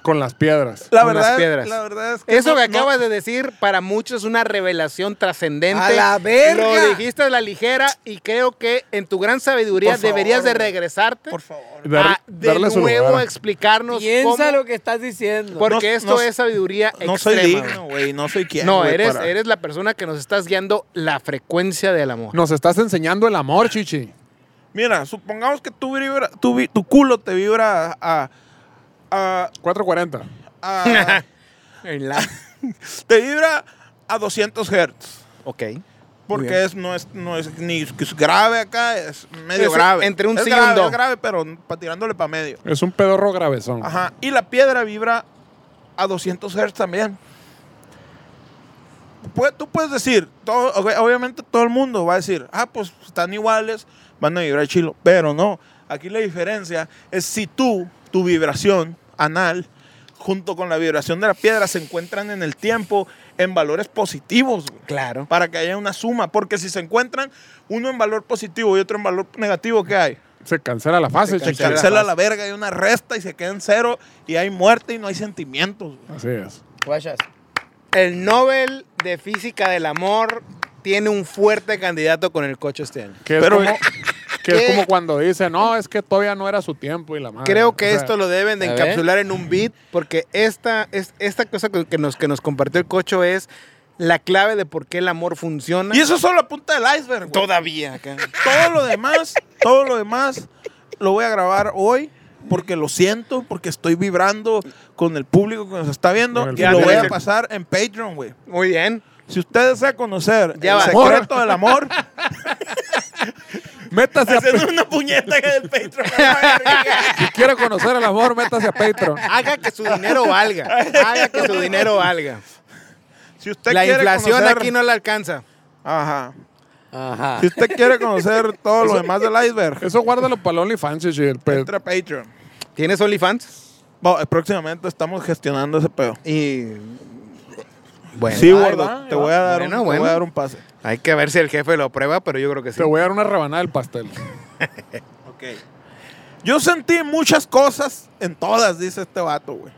Speaker 1: Con las piedras.
Speaker 2: la
Speaker 3: con las
Speaker 2: verdad,
Speaker 3: piedras.
Speaker 2: la verdad es que
Speaker 3: Eso
Speaker 2: no-
Speaker 3: que
Speaker 2: no-
Speaker 3: acabas de decir para muchos es una revelación trascendente.
Speaker 4: ¡A la verga!
Speaker 3: Lo dijiste a la ligera y creo que en tu gran sabiduría
Speaker 2: Por favor,
Speaker 3: deberías de
Speaker 2: güey.
Speaker 3: regresarte
Speaker 2: Por favor.
Speaker 1: Dar-
Speaker 3: a de
Speaker 1: darle su
Speaker 3: nuevo
Speaker 1: lugar.
Speaker 3: explicarnos
Speaker 4: Piensa
Speaker 3: cómo-
Speaker 4: lo que estás diciendo.
Speaker 3: porque
Speaker 2: No-
Speaker 3: esto
Speaker 2: no-
Speaker 3: es sabiduría
Speaker 2: No soy
Speaker 3: extrema.
Speaker 2: digno,
Speaker 3: güey.
Speaker 2: güey. No soy quien.
Speaker 3: no,
Speaker 2: güey,
Speaker 3: eres,
Speaker 2: para-
Speaker 3: eres la persona que nos estás guiando la frecuencia del amor.
Speaker 1: Nos estás enseñando el amor, chichi.
Speaker 2: Mira, supongamos que tu, vibra, tu, vi- tu culo te vibra a. a,
Speaker 1: 440.
Speaker 2: a-
Speaker 3: En la-
Speaker 2: te vibra a 200 hertz.
Speaker 3: ok.
Speaker 2: Porque es, no, es, no es ni que es grave acá, es medio
Speaker 3: Es
Speaker 2: grave.
Speaker 3: entre un
Speaker 2: es
Speaker 3: sí y
Speaker 2: grave,
Speaker 3: un do.
Speaker 2: es grave, pero pa- tirándole para medio.
Speaker 1: Es un pedorro gravezón.
Speaker 2: Ajá. Y la piedra vibra a 200 hertz también. Pue- tú puedes decir, todo- ob- obviamente todo el mundo va a decir, ah, pues están iguales, van a vibrar chilo. Pero no, aquí la diferencia es si tú, tu vibración anal, junto con la vibración de la piedra, se encuentran en el tiempo en valores positivos. güey.
Speaker 3: Claro.
Speaker 2: Para que haya una suma, porque si se encuentran uno en valor positivo y otro en valor negativo, ¿qué hay?
Speaker 1: Se cancela la fase,
Speaker 3: Se
Speaker 2: Pues Se
Speaker 1: chichi.
Speaker 3: cancela.
Speaker 2: cancela
Speaker 3: la
Speaker 2: la verga, hay una resta y se queda en cero y hay muerte y no hay sentimientos. güey.
Speaker 1: Así es.
Speaker 4: Guachas.
Speaker 3: El Nobel de Física del Amor tiene un fuerte candidato con el coche este año.
Speaker 1: Que es,
Speaker 2: Pero-
Speaker 1: como, que es
Speaker 3: ¿Qué?
Speaker 1: como cuando dice, no, es que todavía no era su tiempo y la
Speaker 2: Ah,
Speaker 1: madre.
Speaker 3: Creo que
Speaker 1: O sea,
Speaker 3: esto lo deben de
Speaker 4: a ver.
Speaker 3: encapsular en un beat, porque esta, es, esta cosa que que nos, que nos compartió el cocho es la clave de por qué el amor funciona.
Speaker 2: Y eso es solo la punta del iceberg, güey.
Speaker 3: todavía acá.
Speaker 2: Todo lo demás, todo lo demás lo voy a grabar hoy porque lo siento, porque estoy vibrando con el público que nos está viendo
Speaker 1: Con el
Speaker 2: y lo voy a
Speaker 3: público.
Speaker 2: pasar en Patreon, güey.
Speaker 3: Muy bien.
Speaker 2: Si usted desea conocer
Speaker 3: Ya
Speaker 2: el
Speaker 3: va.
Speaker 2: secreto del amor,
Speaker 1: Métase a Patreon.
Speaker 2: una puñeta en el Patreon.
Speaker 1: Si quiere conocer el amor, métase a Patreon.
Speaker 3: Haga que su dinero valga. Haga que su dinero valga.
Speaker 2: Si usted
Speaker 3: La
Speaker 2: quiere
Speaker 3: inflación
Speaker 2: conocer-
Speaker 3: aquí no la alcanza.
Speaker 2: Ajá.
Speaker 4: Ajá.
Speaker 2: Si usted quiere conocer todo lo demás del iceberg,
Speaker 1: Eso guárdalo para el OnlyFans, chichi, el pe-
Speaker 2: entra a Patreon.
Speaker 3: ¿Tienes OnlyFans?
Speaker 2: Bueno, eh, próximamente estamos gestionando ese pedo.
Speaker 3: Y. Bueno,
Speaker 2: Sí,
Speaker 3: ahí
Speaker 2: gordo,
Speaker 3: va,
Speaker 2: te
Speaker 3: ahí va.
Speaker 2: voy a dar
Speaker 3: Bueno,
Speaker 2: un- te
Speaker 3: bueno.
Speaker 2: voy a dar un pase.
Speaker 3: Hay que ver si el jefe lo aprueba, pero yo creo que sí.
Speaker 1: Te voy a dar una rebanada del pastel.
Speaker 2: Ok. Yo sentí muchas cosas en todas, dice este vato, güey.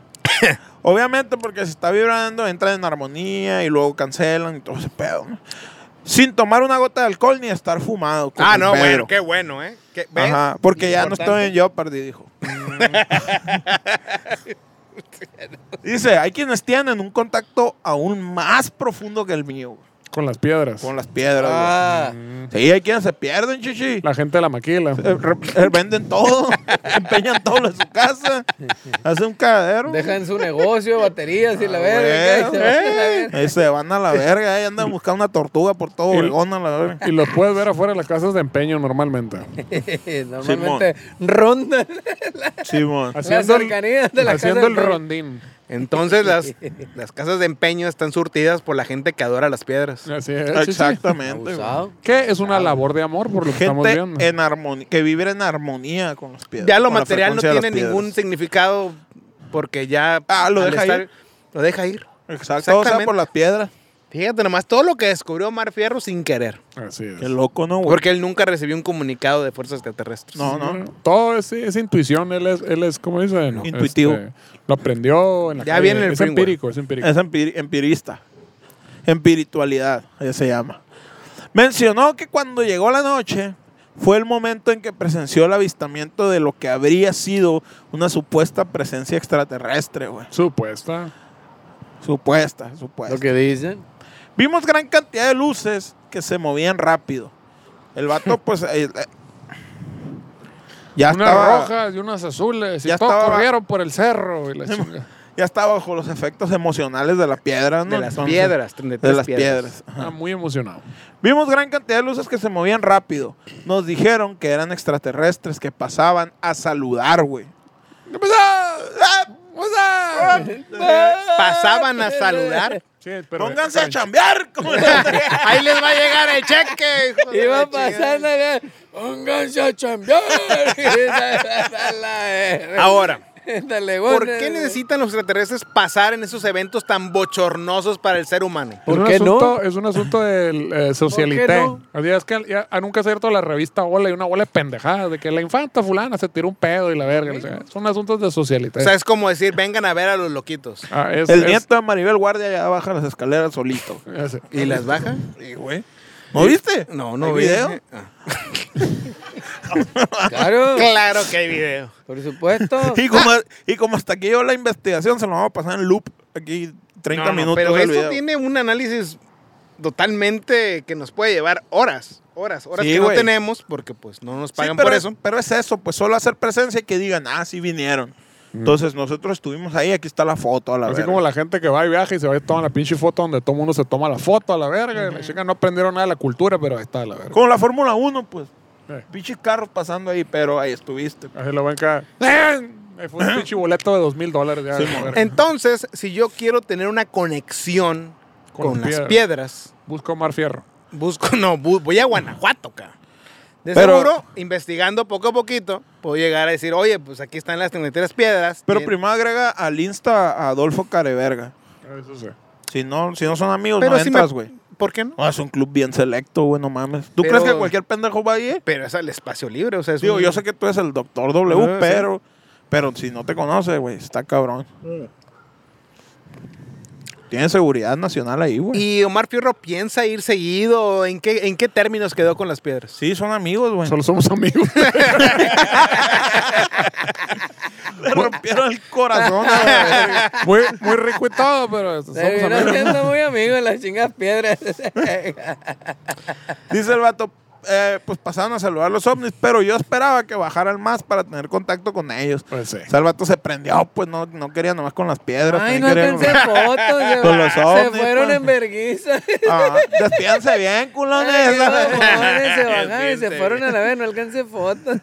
Speaker 2: Obviamente porque se está vibrando, entra en armonía y luego cancelan y todo ese pedo, ¿no? Sin tomar una gota de alcohol ni estar fumado. como
Speaker 3: Ah,
Speaker 2: el
Speaker 3: no,
Speaker 2: Pedro.
Speaker 3: bueno, qué bueno, ¿eh? ¿Qué- ¿Ves?
Speaker 2: Ajá, porque ya no
Speaker 3: Importante.
Speaker 2: estoy en Jeopardy, dijo. Dice, hay quienes tienen un contacto aún más profundo que el mío, güey,
Speaker 1: Con las piedras.
Speaker 2: con las piedras. güey.
Speaker 4: Ah,
Speaker 2: Sí, hay quienes se pierden, chichi.
Speaker 1: La gente de la maquila.
Speaker 2: Eh, re- eh, venden todo, empeñan todo en su casa, hacen un cagadero. Ah,
Speaker 4: dejan su negocio, baterías y la verga.
Speaker 2: Mm. Bueno,
Speaker 4: que se vayan a
Speaker 2: eh, se van a la
Speaker 4: la verga.
Speaker 2: verga, ahí andan buscando una tortuga por todo
Speaker 1: Y-
Speaker 2: Obregón a la verga.
Speaker 1: Y los puedes ver afuera de las casas de empeño normalmente.
Speaker 4: Normalmente rondan
Speaker 2: Simón.
Speaker 4: las
Speaker 1: Haciendo, el-
Speaker 4: cercanías de la casa
Speaker 1: haciendo
Speaker 4: del
Speaker 1: el
Speaker 4: perro.
Speaker 1: rondín.
Speaker 3: Entonces las, las casas de empeño están surtidas por la gente que adora las piedras.
Speaker 1: Así es. chichi.
Speaker 2: Exactamente. güey.
Speaker 4: Abusado.
Speaker 1: Que es una labor de amor por lo que estamos viendo.
Speaker 2: Gente en armonía, que vibra en armonía con los piedras.
Speaker 3: Ya lo
Speaker 2: con la
Speaker 3: material no
Speaker 2: frecuencia de
Speaker 3: tiene
Speaker 2: las piedras.
Speaker 3: ningún significado porque ya...
Speaker 2: Ah, lo
Speaker 3: al
Speaker 2: deja ir.
Speaker 3: Lo deja ir.
Speaker 2: Exacto, todo sea
Speaker 3: Exactamente.
Speaker 2: por las piedras.
Speaker 3: Fíjate nomás todo lo que descubrió Omar Fierro sin querer.
Speaker 1: Así es.
Speaker 2: Qué loco, ¿no, güey?
Speaker 3: Porque él nunca recibió un comunicado de fuerzas extraterrestres.
Speaker 2: No, no.
Speaker 1: Todo es, es intuición, él es, él es ¿cómo dicen?
Speaker 2: Intuitivo.
Speaker 1: Este, lo aprendió en la
Speaker 3: Ya
Speaker 1: calle.
Speaker 3: viene el
Speaker 1: Es
Speaker 3: freeway.
Speaker 1: empírico, es empírico.
Speaker 2: Es empiri- empirista. Empiritualidad, ella se llama. Mencionó que cuando llegó la noche fue el momento en que presenció el avistamiento de lo que habría sido una supuesta presencia extraterrestre, güey.
Speaker 1: Supuesta.
Speaker 2: Supuesta, supuesta.
Speaker 4: Lo que dicen.
Speaker 2: Vimos gran cantidad de luces que se movían rápido. El vato, pues. eh, eh, ya
Speaker 1: unas
Speaker 2: estaba.
Speaker 1: rojas y unas azules. Y
Speaker 2: ya
Speaker 1: todos
Speaker 2: estaba-
Speaker 1: corrieron por el cerro. Y la chinga.
Speaker 2: Ya estaba bajo los efectos emocionales de la piedra, ¿no?
Speaker 3: De las
Speaker 2: Entonces,
Speaker 3: piedras. 33
Speaker 2: De las piedras.
Speaker 1: Estaba Ah, muy emocionado.
Speaker 2: Vimos gran cantidad de luces que se movían rápido. Nos dijeron que eran extraterrestres que pasaban a saludar, güey. pues, ah,
Speaker 3: Pasaban a saludar.
Speaker 1: Sí,
Speaker 2: Pónganse a chambear. como el-
Speaker 3: Ahí les va a llegar el cheque. hijo de
Speaker 4: Iba
Speaker 3: la
Speaker 4: pasando, le- pónganse a chambear. eh.
Speaker 3: chingada. Ahora.
Speaker 4: Dale,
Speaker 3: ¿Por
Speaker 4: bueno.
Speaker 3: qué necesitan los extraterrestres pasar en esos eventos tan bochornosos para el ser humano?
Speaker 4: ¿Por
Speaker 1: es un
Speaker 4: qué no?
Speaker 1: asunto, Es un asunto del eh, socialité.
Speaker 4: no?
Speaker 1: Así es que ya, ah, nunca se ha abierto la revista Ola y una bola de pendejadas de que la infanta fulana se tiró un pedo y la verga. o sea, son asuntos de socialité.
Speaker 3: O sea, es como decir, vengan a ver a los loquitos.
Speaker 1: Ah, es-
Speaker 2: El
Speaker 1: es-
Speaker 2: nieto de Maribel Guardia ya baja las escaleras solito.
Speaker 1: es-
Speaker 3: ¿Y las baja?
Speaker 2: Sí, güey. ¿No viste?
Speaker 3: No, no
Speaker 2: ¿Hay
Speaker 3: vi.
Speaker 2: video?
Speaker 3: Ah.
Speaker 4: Claro,
Speaker 3: Claro que hay video.
Speaker 4: por supuesto.
Speaker 2: Y como, y como hasta aquí yo la investigación, se lo vamos a pasar en loop. Aquí 30
Speaker 3: No, no,
Speaker 2: minutos
Speaker 3: pero
Speaker 2: del
Speaker 3: esto
Speaker 2: video.
Speaker 3: tiene un análisis totalmente que nos puede llevar horas, horas, horas
Speaker 2: Sí,
Speaker 3: que
Speaker 2: güey.
Speaker 3: no tenemos porque pues no nos
Speaker 2: Sí,
Speaker 3: pagan
Speaker 2: pero,
Speaker 3: por
Speaker 2: es-
Speaker 3: eso.
Speaker 2: pero es eso, pues solo hacer presencia y que digan, ah, sí vinieron. Entonces nosotros estuvimos ahí, aquí está la foto a la
Speaker 1: Mm. Así
Speaker 2: verga.
Speaker 1: como la gente que va y viaja y se va y toma la pinche foto donde todo el mundo se toma la foto a la verga. y La chica no aprendieron nada de la cultura, pero ahí está la verga.
Speaker 2: Con la Fórmula 1, pues.
Speaker 1: Eh.
Speaker 2: Pinches carros pasando ahí, pero ahí estuviste.
Speaker 1: Así lo ven acá. Ahí Fue un pinche boleto de dos mil dólares. ya,
Speaker 2: Sí,
Speaker 1: la
Speaker 2: mo.
Speaker 1: verga.
Speaker 3: Entonces, si yo quiero tener una conexión
Speaker 1: Con
Speaker 3: con, las
Speaker 1: piedras.
Speaker 3: piedras,
Speaker 1: Busco a Omar Fierro.
Speaker 3: busco, no, bu- voy a Guanajuato, cabrón. De
Speaker 2: Pero-
Speaker 3: seguro, investigando poco a poquito, puedo llegar a decir, oye, pues aquí están las 33 piedras. Eh,
Speaker 2: Pero
Speaker 3: Bien.
Speaker 2: primero agrega al Insta a Adolfo Careverga.
Speaker 1: Eso sí.
Speaker 2: Si no, si no son amigos,
Speaker 3: Pero
Speaker 2: no
Speaker 3: si
Speaker 2: entras,
Speaker 3: me-
Speaker 2: güey.
Speaker 3: ¿Por qué no?
Speaker 2: No, es un club bien selecto, güey, no mames. ¿Tú
Speaker 3: Pero-
Speaker 2: crees que cualquier pendejo va ahí? eh?
Speaker 3: Pero es al espacio libre, o sea, es
Speaker 2: Digo,
Speaker 3: un-
Speaker 2: yo sé que tú eres el doctor W,
Speaker 3: Ah, sí.
Speaker 2: pero...
Speaker 3: Mm.
Speaker 2: Pero si no te conoces, güey, está cabrón. Tiene seguridad nacional ahí, güey.
Speaker 3: ¿Y Omar Fierro piensa ir seguido? ¿En qué, ¿En qué términos quedó con las piedras?
Speaker 2: Sí, son amigos, güey.
Speaker 1: Solo somos amigos.
Speaker 2: Le rompieron el corazón. a la verga.
Speaker 1: Muy, muy rico y todo, pero somos
Speaker 4: Se vino
Speaker 1: amigos.
Speaker 4: siendo muy amigo de las chingas piedras.
Speaker 2: Dice el vato, eh, pues pasaron a saludar los ovnis, pero yo esperaba que bajaran más para tener contacto con ellos.
Speaker 1: Pues sí.
Speaker 2: O sea, el vato se prendió, pues no, no quería nomás con las piedras.
Speaker 4: Ay,
Speaker 2: también
Speaker 4: no
Speaker 2: quería-
Speaker 4: alcancé fotos. Se,
Speaker 2: Con los
Speaker 4: se
Speaker 2: ovnis, pues.
Speaker 4: fueron
Speaker 2: pa.
Speaker 4: en vergüenza.
Speaker 2: Ah, despídanse bien,
Speaker 4: Ay,
Speaker 2: culones.
Speaker 4: no, mamones, se bajaron y se
Speaker 2: Despídense
Speaker 4: fueron
Speaker 2: bien.
Speaker 4: a la vez, no alcancé fotos.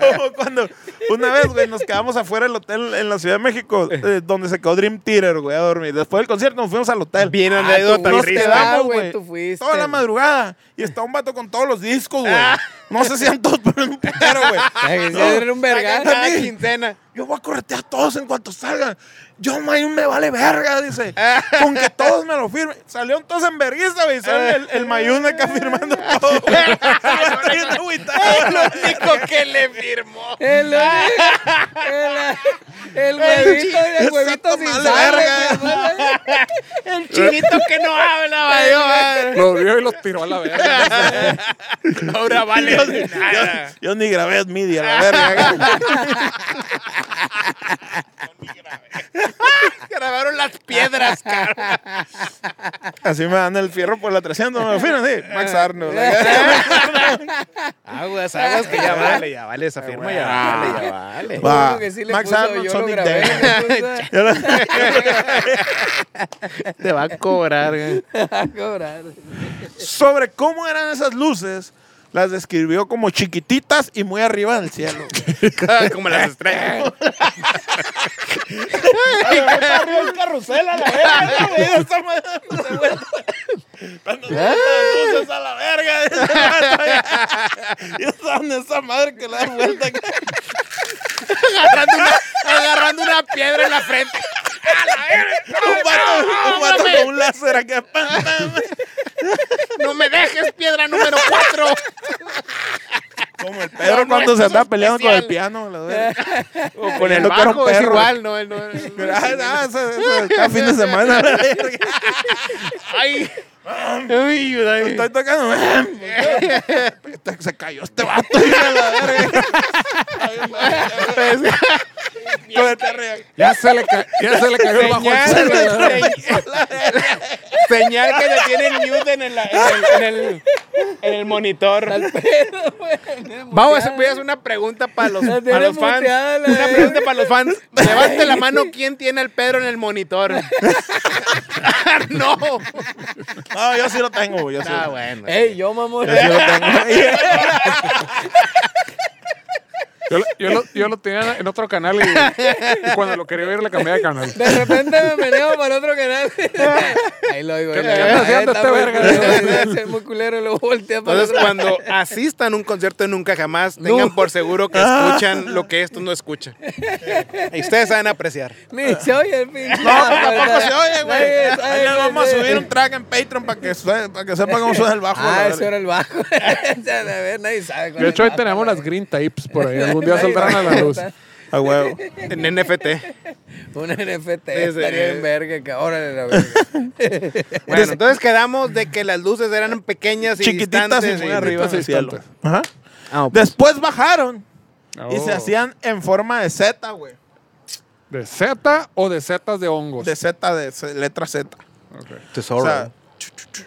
Speaker 2: Como cuando una vez, güey, nos quedamos afuera del hotel en la Ciudad de México, eh, donde se quedó Dream Theater, güey, a dormir. Después del concierto nos fuimos al hotel.
Speaker 3: Bien
Speaker 4: Ah,
Speaker 3: anécdota,
Speaker 4: tú
Speaker 2: Nos
Speaker 4: fuiste,
Speaker 3: triste.
Speaker 4: ah,
Speaker 2: quedamos,
Speaker 4: güey,
Speaker 2: güey,
Speaker 4: tú fuiste. Ah.
Speaker 2: toda la madrugada. Y está un vato con todos los discos, güey. No sé si eran todos, pero era un putero, güey.
Speaker 4: Ay, sí, era un vergal.
Speaker 2: Sácate a mí.
Speaker 3: Cada quincena.
Speaker 2: Yo voy a corretear a todos en cuanto salgan. Yo, Mayun, me vale verga, dice.
Speaker 3: Ah.
Speaker 2: Con que todos me lo firmen. Salieron todos en vergüenza, güey. Sale el, el Mayun acá
Speaker 3: Ah.
Speaker 2: firmando todo. güey. El vato bien agüitado,
Speaker 3: Lo
Speaker 2: güey.
Speaker 3: único que le firmó.
Speaker 4: El, el, el huevito, el
Speaker 2: Esa
Speaker 4: huevito sin
Speaker 2: tomada
Speaker 4: sal.
Speaker 2: verga.
Speaker 3: El chinito que no habla, valió,
Speaker 1: Los vio y los tiró a la verga.
Speaker 3: madre. Ahora vale nada.
Speaker 2: Yo ni grabé media, la
Speaker 3: Ah.
Speaker 2: verga.
Speaker 3: Grabaron las piedras, cara.
Speaker 2: Así me dan el fierro por la 300, me lo firman, sí. Max
Speaker 3: Ah.
Speaker 2: Arnold.
Speaker 3: Aguas, aguas, que ya vale, ya vale esa firma, ya vale, ya vale.
Speaker 4: Yo
Speaker 2: Ah. Va.
Speaker 4: creo que sí le
Speaker 2: Ah, Max
Speaker 4: puso,
Speaker 2: Arnold,
Speaker 4: yo lo
Speaker 2: Sonic
Speaker 4: grabé,
Speaker 2: Day.
Speaker 4: le puso.
Speaker 2: Yo la-
Speaker 3: Te va a cobrar, güey.
Speaker 4: A cobrar.
Speaker 2: Sobre cómo eran esas luces, las describió como chiquititas y muy arriba del cielo.
Speaker 3: Como las estrellas.
Speaker 2: arriba el carrusel a la verga, güey. Esa madre se vuelve- Cuando se vuelven las luces a la verga. dice el vato, ya. Y usaban esa madre que le da vuelta.
Speaker 3: Agarrando una, agarrando una piedra en la frente.
Speaker 2: Un vato, un vato con un láser acá. pam, pam.
Speaker 3: No me dejes, piedra número 4.
Speaker 2: Como el Pedro cuando se andaba peleando con el piano. La verga.
Speaker 3: O con
Speaker 2: el
Speaker 3: el
Speaker 2: bajo,
Speaker 3: bajo
Speaker 2: es
Speaker 3: es
Speaker 2: igual,
Speaker 3: igual, ¿no?
Speaker 2: Ah, ah, eso- eso, cada fin de semana. la verga.
Speaker 3: Ay. Ay, ay.
Speaker 2: Estoy tocando. Este- Se cayó este vato. hijo de la verga. Con este el carrera.
Speaker 1: Ya se le, ca- ya se le cayó el bajo al suelo. la verga.
Speaker 3: Señal, Ah, señal que le tienen Newton en, la- en el, en, el, en el monitor.
Speaker 4: Pero, bueno,
Speaker 3: Vamos a hacer pues, una pregunta para los,
Speaker 4: La
Speaker 3: para
Speaker 4: tiene
Speaker 3: los fans.
Speaker 4: muteada, la
Speaker 3: Una
Speaker 4: verga.
Speaker 3: pregunta para los fans. Levante la mano quién tiene al Pedro en el monitor. no.
Speaker 2: No, yo sí lo tengo, güey, yo sí.
Speaker 3: Ah,
Speaker 2: lo-
Speaker 3: bueno.
Speaker 4: Ey, yo mamón.
Speaker 2: Yo sí lo tengo.
Speaker 1: Yo, lo- yo lo, yo lo tenía en otro canal y, y cuando lo quería ver le cambié de canal.
Speaker 4: De repente me meneo para el otro canal. Ahí lo oigo.
Speaker 1: ¿Qué
Speaker 4: ahí
Speaker 1: le
Speaker 4: lo
Speaker 1: andas
Speaker 4: oigo.
Speaker 1: haciendo
Speaker 4: Está
Speaker 1: este
Speaker 4: muy
Speaker 1: verga?
Speaker 4: culero, debe ser muy culero, lo voltea para
Speaker 3: Entonces,
Speaker 4: el otro.
Speaker 3: cuando asistan a un concierto de Nunca Jamás, tengan por seguro que
Speaker 2: Ah.
Speaker 3: escuchan lo que estos no escuchan. Y ustedes saben apreciar.
Speaker 4: Ni se oye el pinche.
Speaker 2: No, pues tampoco se oye,
Speaker 4: Ahí
Speaker 2: güey.
Speaker 4: es, ahí
Speaker 2: Ahí le
Speaker 4: es,
Speaker 2: vamos a
Speaker 4: ahí es.
Speaker 2: subir un track en Patreon para que, sue- para que sepa cómo suena el bajo. la
Speaker 4: Ah, eso
Speaker 2: verga.
Speaker 4: era el bajo. O sea, la verdad, nadie sabe. cuál
Speaker 1: De
Speaker 4: es
Speaker 1: hecho,
Speaker 4: el
Speaker 1: ahí
Speaker 4: bajo,
Speaker 1: tenemos
Speaker 4: la
Speaker 1: las
Speaker 4: verdad.
Speaker 1: green tapes por ahí. Algún día
Speaker 4: Nadie
Speaker 1: saldrán a la
Speaker 4: sabe.
Speaker 1: luz.
Speaker 2: A huevo.
Speaker 3: En NFT.
Speaker 4: Un NFT
Speaker 3: Ese-
Speaker 4: estaría en verga, que órale la verga.
Speaker 3: Bueno, entonces quedamos de que las luces eran pequeñas y
Speaker 2: Chiquititas y
Speaker 3: distantes.
Speaker 2: muy
Speaker 3: y-
Speaker 2: arriba del
Speaker 1: distantes.
Speaker 2: cielo. Ajá.
Speaker 3: Ah, ok.
Speaker 2: Después bajaron y
Speaker 1: Oh.
Speaker 2: se hacían en forma de Z, güey.
Speaker 1: ¿De Z o de setas de
Speaker 3: Pues
Speaker 1: hongos?
Speaker 2: De Z, de Z, letra Z.
Speaker 3: Tesoro.
Speaker 2: O sea,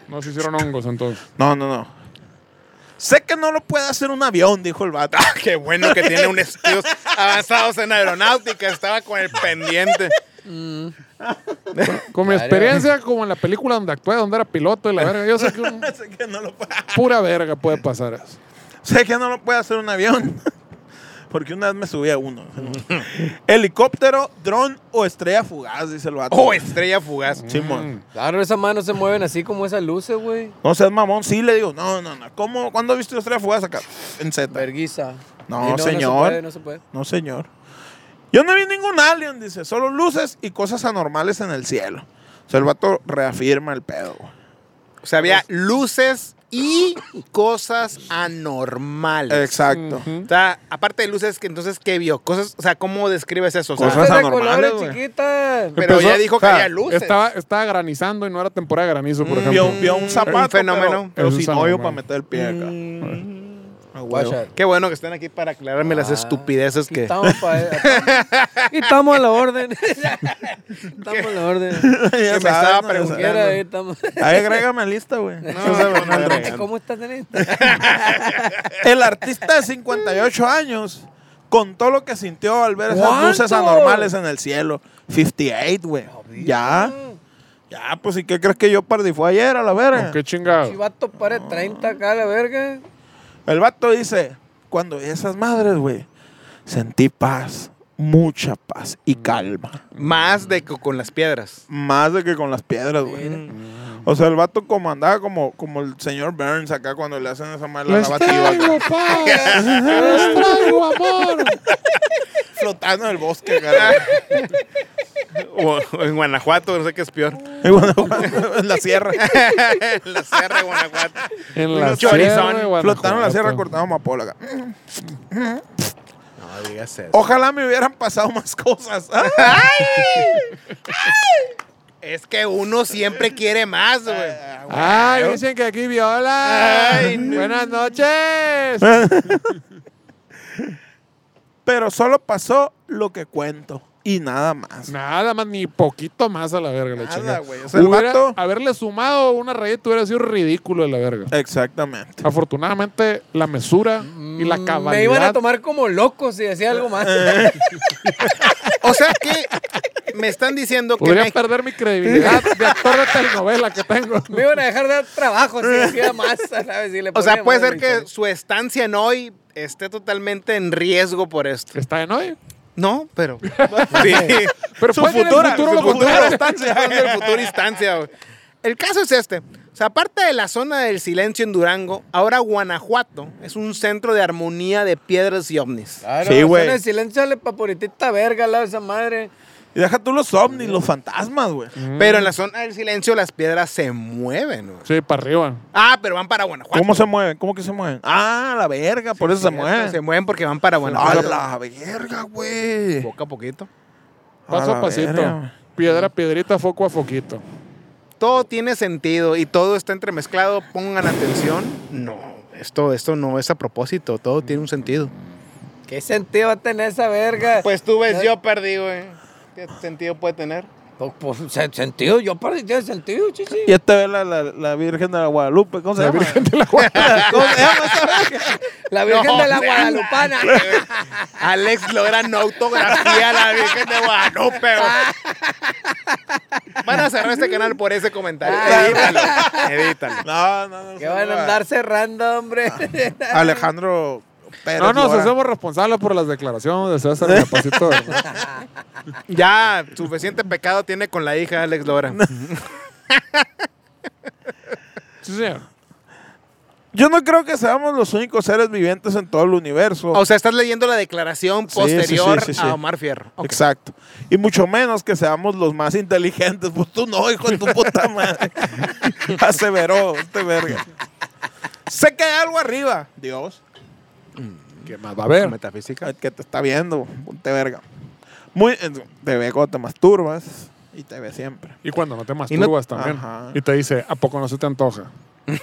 Speaker 1: No se hicieron hongos entonces.
Speaker 2: no, no, no. Sé que no lo puede hacer un avión, dijo el vato.
Speaker 3: Ah, qué bueno que tiene un estudios avanzados en aeronáutica. Estaba con el pendiente.
Speaker 1: Con mi experiencia, como en la película donde actué, donde era piloto y la verga, yo sé que un-
Speaker 2: sé que no lo puede.
Speaker 1: pura verga puede pasar eso.
Speaker 2: Sé que no lo puede hacer un avión. Porque una vez me subí a uno. Helicóptero, dron o estrella fugaz, dice el vato.
Speaker 3: Oh, Mm. estrella fugaz.
Speaker 2: Simón.
Speaker 4: Claro, esas manos se mueven así como esas luces, güey.
Speaker 2: No seas mamón, sí le digo, no, no, no. ¿Cómo? ¿Cuándo viste estrella fugaz acá? En Z.
Speaker 4: Verguiza.
Speaker 2: No, señor.
Speaker 4: Y No se puede, no se puede.
Speaker 2: No, señor. Yo no vi ningún alien, dice, solo luces y cosas anormales en el cielo. O sea, el vato reafirma el pedo. güey.
Speaker 3: O sea, había luces y cosas anormales.
Speaker 2: Exacto.
Speaker 3: O sea, aparte de luces, que entonces, ¿qué vio? Cosas, o sea, ¿cómo describes eso? O sea,
Speaker 2: Cosas
Speaker 4: Luces de
Speaker 2: anormales,
Speaker 4: colores,
Speaker 2: güey.
Speaker 4: chiquitas.
Speaker 3: pero
Speaker 1: Empezó-
Speaker 3: ya dijo que
Speaker 1: o sea,
Speaker 3: había luces. Mm,
Speaker 1: Estaba, estaba granizando y no era temporada de granizo, por ejemplo.
Speaker 2: Vio, vio un zapato,
Speaker 3: Un fenómeno.
Speaker 2: fenómeno. pero,
Speaker 1: Es un
Speaker 2: sin hoyo
Speaker 1: fenómeno.
Speaker 2: para meter el pie acá.
Speaker 3: Mm.
Speaker 2: Ah, güey.
Speaker 4: Watch out.
Speaker 3: Qué bueno que estén aquí para aclararme las
Speaker 4: Ah,
Speaker 3: estupideces
Speaker 4: aquí
Speaker 3: que...
Speaker 4: Estamos, pa- aquí estamos a la orden. estamos a la orden.
Speaker 2: Ya
Speaker 3: me
Speaker 2: sabes,
Speaker 3: estaba
Speaker 2: ¿no?
Speaker 4: Como
Speaker 3: preguntando.
Speaker 4: quiera, ahí estamos.
Speaker 2: Ahí agrégame a lista, güey.
Speaker 3: no, no, no,
Speaker 2: agrégame.
Speaker 3: no.
Speaker 4: ¿Cómo estás en esto?
Speaker 2: El artista de 58 años contó lo que sintió al ver esas
Speaker 4: ¿Cuánto?
Speaker 2: luces anormales en el cielo. 58, güey.
Speaker 3: Oh,
Speaker 2: Ya. Ya, pues, ¿y qué crees que yo perdí? Fue ayer a la verga.
Speaker 1: ¿Qué chingado?
Speaker 4: Chivato para 30 acá, la verga.
Speaker 2: El vato dice, cuando vi esas madres, güey, sentí paz, mucha paz y calma.
Speaker 3: Más de que con las piedras.
Speaker 2: Mm. Más de que con las piedras, güey.
Speaker 1: Mm.
Speaker 2: O sea, el vato como andaba como, como el señor Burns acá cuando le hacen esa mala
Speaker 1: Les traigo
Speaker 2: lavativa
Speaker 1: paz, les traigo amor.
Speaker 2: flotando en el bosque, cara.
Speaker 3: O, o en Guanajuato, no sé qué es peor.
Speaker 2: Y bueno, en la sierra.
Speaker 3: en la Sierra de Guanajuato.
Speaker 1: En la
Speaker 3: Un
Speaker 1: sierra
Speaker 3: chorizón.
Speaker 1: de Guanajuato.
Speaker 2: Flotaron en la
Speaker 1: pues.
Speaker 2: sierra cortando amapola. acá.
Speaker 3: No digas eso.
Speaker 2: Ojalá me hubieran pasado más cosas. Ah,
Speaker 3: Es que uno siempre quiere más, güey.
Speaker 1: Ah, Ay, dicen que aquí viola.
Speaker 3: Ay, no.
Speaker 1: Buenas noches.
Speaker 2: Pero solo pasó lo que cuento y nada más.
Speaker 1: Nada más, ni poquito más a la verga, la
Speaker 2: Nada,
Speaker 1: chingada.
Speaker 2: güey, o sea, el
Speaker 1: Hubiera-
Speaker 2: vato-
Speaker 1: Haberle sumado una rayeta hubiera sido ridículo a la verga.
Speaker 2: Exactamente.
Speaker 1: Afortunadamente, la mesura
Speaker 2: Mm,
Speaker 1: y la cabalidad.
Speaker 4: Mm, Me iban a tomar como loco si decía algo más.
Speaker 3: O sea que me están diciendo que
Speaker 1: Podría
Speaker 3: Mex-
Speaker 1: perder mi credibilidad de actor de telenovela que tengo.
Speaker 4: Me iban a dejar de dar trabajo si decía más. ¿sabes? Si le
Speaker 3: o sea,
Speaker 4: ponía
Speaker 3: puede
Speaker 4: más
Speaker 3: ser que su estancia en hoy esté totalmente en riesgo por esto.
Speaker 1: Está en hoy.
Speaker 3: No, pero sí.
Speaker 1: Pero
Speaker 2: Su
Speaker 1: puede que en el
Speaker 2: futura-
Speaker 1: futuro
Speaker 2: su
Speaker 1: lo
Speaker 2: futura
Speaker 1: contrario.
Speaker 2: estancia.
Speaker 3: Hablando del futuro instancia. güey. El caso es este. O sea, aparte de la zona del silencio en Durango, ahora Guanajuato es un centro de armonía de piedras y ovnis.
Speaker 4: Claro,
Speaker 2: Sí, güey.
Speaker 4: suena el silencio dale papuritita verga al lado de esa madre.
Speaker 2: Y deja tú los ovnis, los fantasmas, güey.
Speaker 3: Pero en la zona del silencio las piedras se mueven. güey.
Speaker 1: Sí, para arriba.
Speaker 3: Ah, pero van para Guanajuato.
Speaker 2: ¿Cómo se mueven? ¿Cómo que se mueven? Ah, la verga, por eso se mueven.
Speaker 3: Se mueven porque van para
Speaker 2: A
Speaker 3: Guanajuato.
Speaker 2: la verga, güey.
Speaker 3: Poco a poquito.
Speaker 1: Paso
Speaker 2: la
Speaker 1: a pasito.
Speaker 2: verga.
Speaker 1: Piedra a piedrita, foco a foquito.
Speaker 3: Todo tiene sentido y todo está entremezclado. Pongan atención. No, esto, esto no es a propósito. Todo tiene un sentido.
Speaker 4: ¿Qué sentido va a tener esa verga?
Speaker 3: Pues tú ves, yo perdí, güey. ¿Qué sentido puede tener?
Speaker 4: Pues, pues, se- sentido, yo perdí tiene sentido, chichi.
Speaker 2: Y esta vez la, la, la Virgen de la Guadalupe, ¿cómo se
Speaker 1: La
Speaker 2: llama?
Speaker 1: Virgen de la Guadalupe.
Speaker 2: ¿Cómo se llama esa verga?
Speaker 4: La Virgen
Speaker 3: No,
Speaker 4: de la
Speaker 3: no.
Speaker 4: Guadalupana.
Speaker 3: Alex logra no autografía a la Virgen de Guadalupe, güey. Van a cerrar este canal por ese comentario. Edítalo, edítalo.
Speaker 2: No, no, no.
Speaker 4: que van a andar cerrando, hombre.
Speaker 2: Alejandro Pérez.
Speaker 1: No nos
Speaker 2: Lora.
Speaker 1: hacemos responsables por las declaraciones de César y de Pasito. ¿verdad?
Speaker 3: Ya, suficiente pecado tiene con la hija de Alex Lora.
Speaker 1: Sí, señor.
Speaker 2: Yo no creo que seamos los únicos seres vivientes en todo el universo.
Speaker 3: O sea, estás leyendo la declaración
Speaker 2: Sí, sí, sí,
Speaker 3: posterior
Speaker 2: sí, sí.
Speaker 3: a Omar Fierro. Ok.
Speaker 2: Exacto. Y mucho menos que seamos los más inteligentes. Pues tú no, hijo de tu puta madre. Aseveró este verga. Sé que hay algo arriba. Dios.
Speaker 1: ¿Qué más va a haber?
Speaker 3: Metafísica.
Speaker 2: el Que te está viendo. Ponte verga. Muy, te ve cuando te masturbas. Y te ve siempre.
Speaker 1: Y cuando no te
Speaker 3: no-
Speaker 1: masturbas también.
Speaker 2: Ajá.
Speaker 1: Y te dice, ¿a poco no se te antoja?